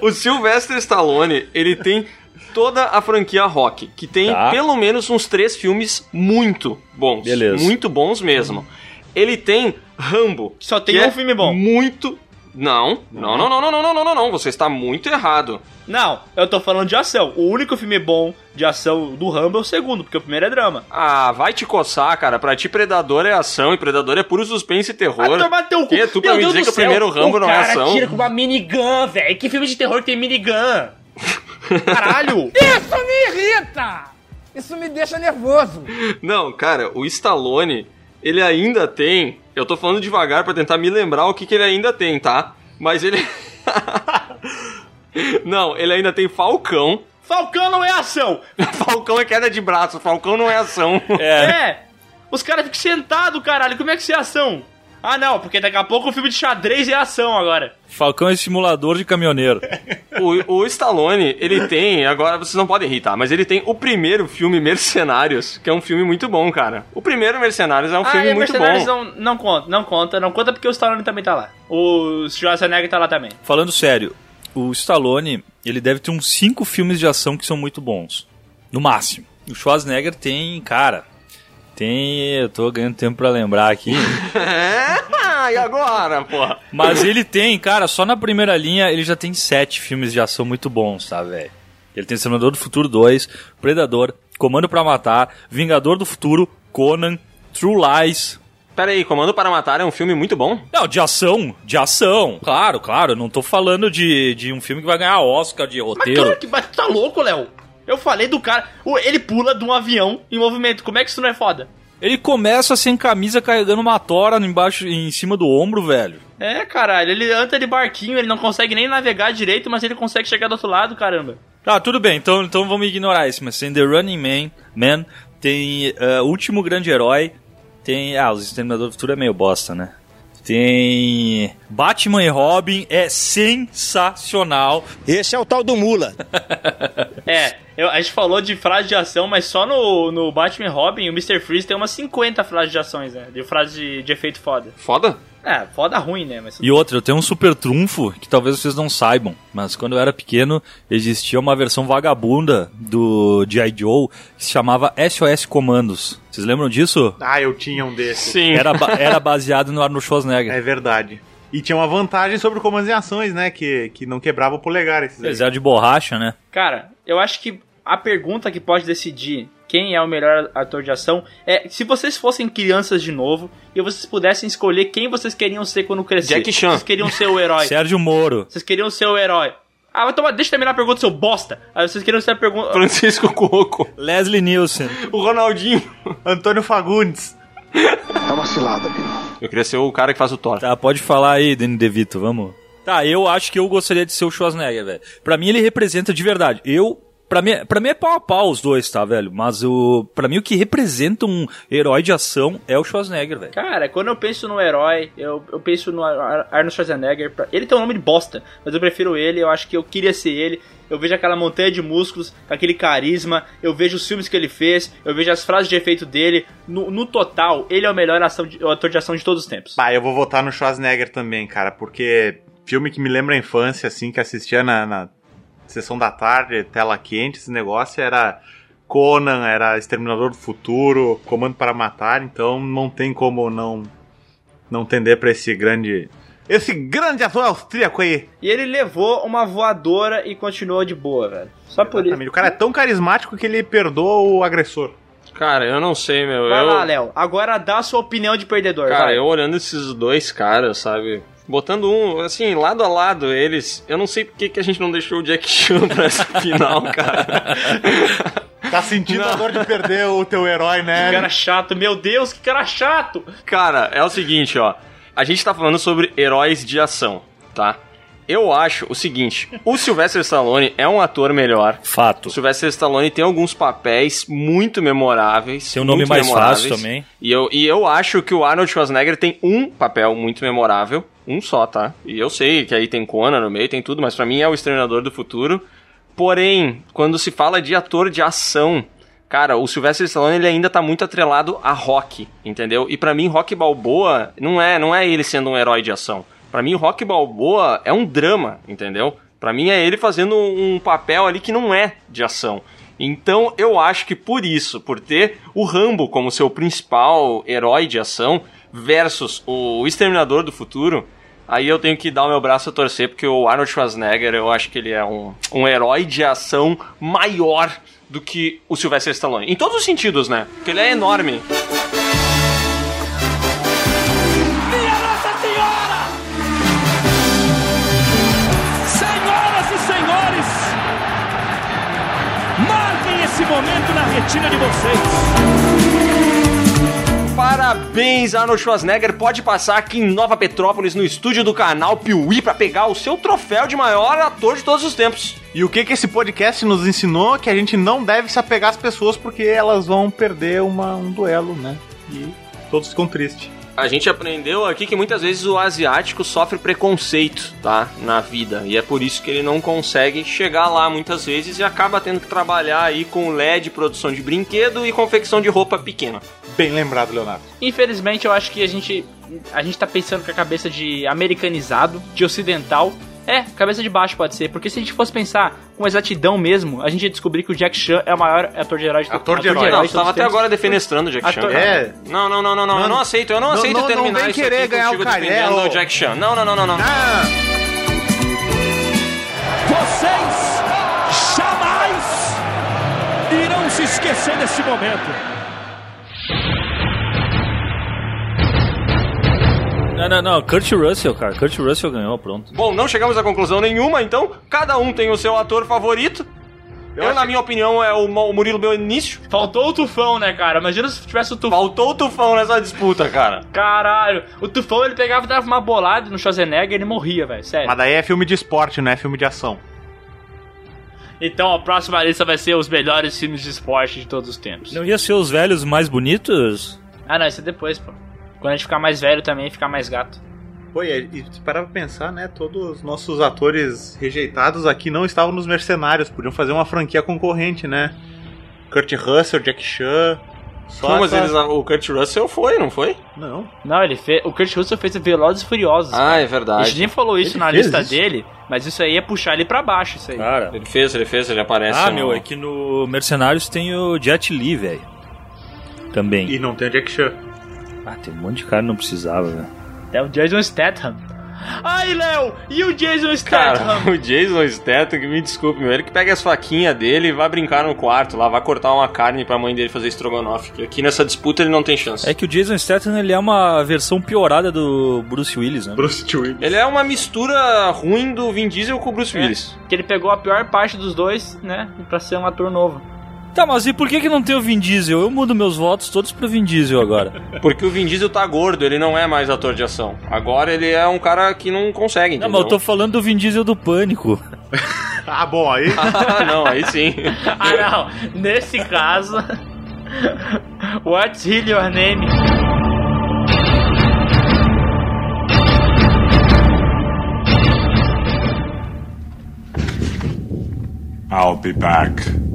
o Sylvester Stallone, ele tem toda a franquia rock, que tem Tá. pelo menos uns três filmes muito bons. Beleza. Muito bons mesmo. Ele tem Rambo. Só tem que um é filme bom. Muito. Não, não, não, não, não, não, não, não, não, não. Você está muito errado. Não, eu tô falando de ação. O único filme bom de ação do Rambo é o segundo, porque o primeiro é drama. Ah, vai te coçar, cara. Pra ti, Predador é ação e Predador é puro suspense e terror. Vai tomar teu cu. Quem é tu pra Meu me Deus dizer do que o céu, primeiro Rambo não é cara ação? tira com uma minigun, velho. Que filme de terror tem minigun? Caralho! Isso me irrita! Isso me deixa nervoso. Não, cara, o Stallone, ele ainda tem. Eu tô falando devagar pra tentar me lembrar o que, que ele ainda tem, tá? Mas ele. não, ele ainda tem Falcão. Falcão não é ação! Falcão é queda de braço, Falcão não é ação. É. Os caras ficam sentados, caralho. Como é que isso é ação? Ah, não, porque daqui a pouco o filme de xadrez é ação agora. Falcão é estimulador de caminhoneiro. O, o Stallone, ele tem, agora vocês não podem rir, tá? Mas ele tem o primeiro filme Mercenários, que é um filme muito bom, cara. O primeiro Mercenários é um ah, filme e muito Mercenários bom. Não, não conta, não conta, não conta porque o Stallone também tá lá. O Schwarzenegger tá lá também. Falando sério, o Stallone, ele deve ter uns cinco filmes de ação que são muito bons. No máximo. O Schwarzenegger tem, cara. Tem. Eu tô ganhando tempo pra lembrar aqui. É, e agora, porra? Mas ele tem, cara, só na primeira linha ele já tem sete filmes de ação muito bons, tá, velho? Ele tem Exterminador do Futuro 2, Predador, Comando pra Matar, Vingador do Futuro, Conan, True Lies. Pera aí, Comando para Matar é um filme muito bom? Não, de ação, de ação. Claro, claro, eu não tô falando de, de um filme que vai ganhar Oscar de Mas, roteiro. cara, que, mas tu tá louco, Léo? Eu falei do cara. o- Ele pula de um avião em movimento. Como é que isso não é foda? Ele começa sem camisa carregando uma tora embaixo, em cima do ombro, velho. É, caralho, ele anda de barquinho, ele não consegue nem navegar direito, mas ele consegue chegar do outro lado, caramba. Tá, tudo bem, então, então vamos ignorar esse, mas tem The Running Man, Man tem eh, Último Grande Herói, tem. Ah, os Exterminador do Futuro é meio bosta, né? Tem. Batman e Robin é sensacional. Esse é o tal do Mula. É, eu- a gente falou de frase de ação, mas só no, no Batman e Robin, o Mr. Freeze tem umas 50 frases de ações, né? De frase de, de efeito foda. Foda? É, foda ruim, né? Mas... E outra, eu tenho um super trunfo que talvez vocês não saibam, mas quando eu era pequeno existia uma versão vagabunda do G.I. Joe que se chamava SOS Comandos. Vocês lembram disso? Ah, eu tinha um desses. Era, ba- era baseado no Arnold Schwarzenegger. É verdade. E tinha uma vantagem sobre o comandos em ações, né? Que, que não quebrava o polegar esses Eles eram de borracha, né? Cara, eu acho que a pergunta que pode decidir quem é o melhor ator de ação é se vocês fossem crianças de novo e vocês pudessem escolher quem vocês queriam ser quando crescer. Jackie Chan. Vocês queriam ser o herói. Sérgio Moro. Vocês queriam ser o herói. Ah, vai tomar, deixa eu terminar a pergunta, seu bosta. Ah, vocês queriam ser a pergunta. Francisco Coco. Leslie Nielsen. O Ronaldinho. Antônio Fagundes. É uma cilada, Eu queria ser o cara que faz o Thor. Tá, pode falar aí, Danny DeVito, vamos. Tá, eu acho que eu gostaria de ser o Schwarzenegger, velho. Pra mim ele representa de verdade. Eu, pra mim, pra mim é pau a pau os dois, tá, velho? Mas o, pra mim o que representa um herói de ação é o Schwarzenegger, velho. Cara, quando eu penso no herói, eu, eu penso no Ar- Ar- Arnold Schwarzenegger. pra- Ele tem um nome de bosta, mas eu prefiro ele, eu acho que eu queria ser ele. Eu vejo aquela montanha de músculos, aquele carisma, eu vejo os filmes que ele fez, eu vejo as frases de efeito dele. No, no total, ele é o melhor ação de- o ator de ação de todos os tempos. Bah, Ah, eu vou votar no Schwarzenegger também, cara, porque filme que me lembra a infância, assim, que assistia na, na sessão da tarde, tela quente, esse negócio era Conan, era Exterminador do Futuro, Comando para Matar, então não tem como não não tender pra esse grande esse grande ator austríaco aí. E ele levou uma voadora e continuou de boa, velho. Só por isso. O cara é tão carismático que ele perdoa o agressor. Cara, eu não sei, meu. Vai eu... lá, Léo. Agora dá a sua opinião de perdedor. Cara, vai. eu olhando esses dois caras, sabe? Botando um, assim, lado a lado eles, eu não sei porque que a gente não deixou o Jack Chan pra essa final, cara. Tá sentindo a dor de perder o teu herói, né? Que cara chato, meu Deus, que cara chato! Cara, é o seguinte, ó. A gente tá falando sobre heróis de ação, tá? Eu acho o seguinte, o Sylvester Stallone é um ator melhor. Fato. O Sylvester Stallone tem alguns papéis muito memoráveis. Tem um nome mais fácil também. E eu, e eu acho que o Arnold Schwarzenegger tem um papel muito memorável, um só, tá? E eu sei que aí tem Conan no meio, tem tudo, mas pra mim é o Exterminador do Futuro. Porém, quando se fala de ator de ação, cara, o Sylvester Stallone ele ainda tá muito atrelado a Rock, entendeu? E pra mim Rock Balboa não é, não é ele sendo um herói de ação. Pra mim Rock Balboa é um drama, entendeu? Pra mim é ele fazendo um papel ali que não é de ação. Então eu acho que por isso, por ter o Rambo como seu principal herói de ação versus o Exterminador do Futuro, aí eu tenho que dar o meu braço a torcer, porque o Arnold Schwarzenegger eu acho que ele é um, um herói de ação maior do que o Sylvester Stallone. Em todos os sentidos, né? Porque ele é enorme. Senhoras e senhores, marquem esse esse momento na retina de vocês. Parabéns, Arnold Schwarzenegger. Pode passar aqui em Nova Petrópolis, no estúdio do canal Piuí, pra pegar o seu troféu de maior ator de todos os tempos. E o que, que esse podcast nos ensinou? Que a gente não deve se apegar às pessoas porque elas vão perder uma, um duelo, né? E todos ficam tristes. A gente aprendeu aqui que muitas vezes o asiático sofre preconceito, tá? Na vida. E é por isso que ele não consegue chegar lá muitas vezes e acaba tendo que trabalhar aí com LED, produção de brinquedo e confecção de roupa pequena. Bem lembrado, Leonardo. Infelizmente, eu acho que a gente a gente tá pensando com a cabeça de americanizado, de ocidental. É, cabeça de baixo pode ser, porque se a gente fosse pensar com exatidão mesmo, a gente ia descobrir que o Jack Chan é o maior ator de herói de Ator de herói. Não, de todos estava os até tempos. agora defenestrando o Jack Chan. Ator- cara. Não, não, não, não, não, eu não aceito, eu não, É. não- aceito não- não terminar vem isso querer aqui ganhar contigo o é, Carel. defendendo o Jack Chan. Não, não, não, não, não. não. Ah. Vocês jamais irão se esquecer desse momento. Não, não, não. Kurt Russell, cara. Kurt Russell ganhou, pronto. Bom, não chegamos a conclusão nenhuma, então cada um tem o seu ator favorito. Eu, na minha opinião, é o Mo- o Murilo Benício. Faltou o Tufão, né, cara? Imagina se tivesse o Tufão. Faltou o Tufão nessa disputa, cara. Caralho, o Tufão ele pegava e dava uma bolada no Schwarzenegger e ele morria, velho, sério. Mas daí é filme de esporte, não é filme de ação. Então a próxima lista vai ser os melhores filmes de esporte de todos os tempos. Não ia ser os velhos mais bonitos? Ah, não, isso é depois, pô. Quando a gente ficar mais velho também, ficar mais gato. Pô, e e se parar pra pensar, né? Todos os nossos atores rejeitados aqui não estavam nos mercenários, podiam fazer uma franquia concorrente, né? Kurt Russell, Jack Chan. Só Não, mas essa- eles- o Kurt Russell foi, não foi? Não. Não, ele fez. O Kurt Russell fez o Velozes e Furiosos. Ah, cara. é verdade. A gente nem falou isso Ele na fez lista isso? Ah. dele, mas isso aí é puxar ele pra baixo, isso aí. Cara. Ele fez, ele fez, ele aparece. um- ah, no- meu, é que no Mercenários tem o Jet Li, velho. Também. E não tem o Jack Chan. Ah, tem um monte de cara que não precisava, né? velho. É o Jason Statham. Ai, Léo! E o Jason Statham? Cara, o Jason Statham, que me desculpe, meu, ele que pega as faquinhas dele e vai brincar no quarto lá, vai cortar uma carne pra mãe dele fazer estrogonofe. que Aqui nessa disputa ele não tem chance. É que o Jason Statham, ele é uma versão piorada do Bruce Willis, né? Bruce Willis. Ele é uma mistura ruim do Vin Diesel com o Bruce É. Willis. Que ele pegou a pior parte dos dois, né? Pra ser um ator novo. Tá, mas e por que, que não tem o Vin Diesel? Eu mudo meus votos todos pro Vin Diesel agora. Porque o Vin Diesel tá gordo, ele não é mais ator de ação. Agora ele é um cara que não consegue, Não, entendeu? mas eu tô falando do Vin Diesel do Pânico. Ah, bom, aí. ah, não, aí sim. Ah, não. Nesse caso. What's really your name? I'll be back.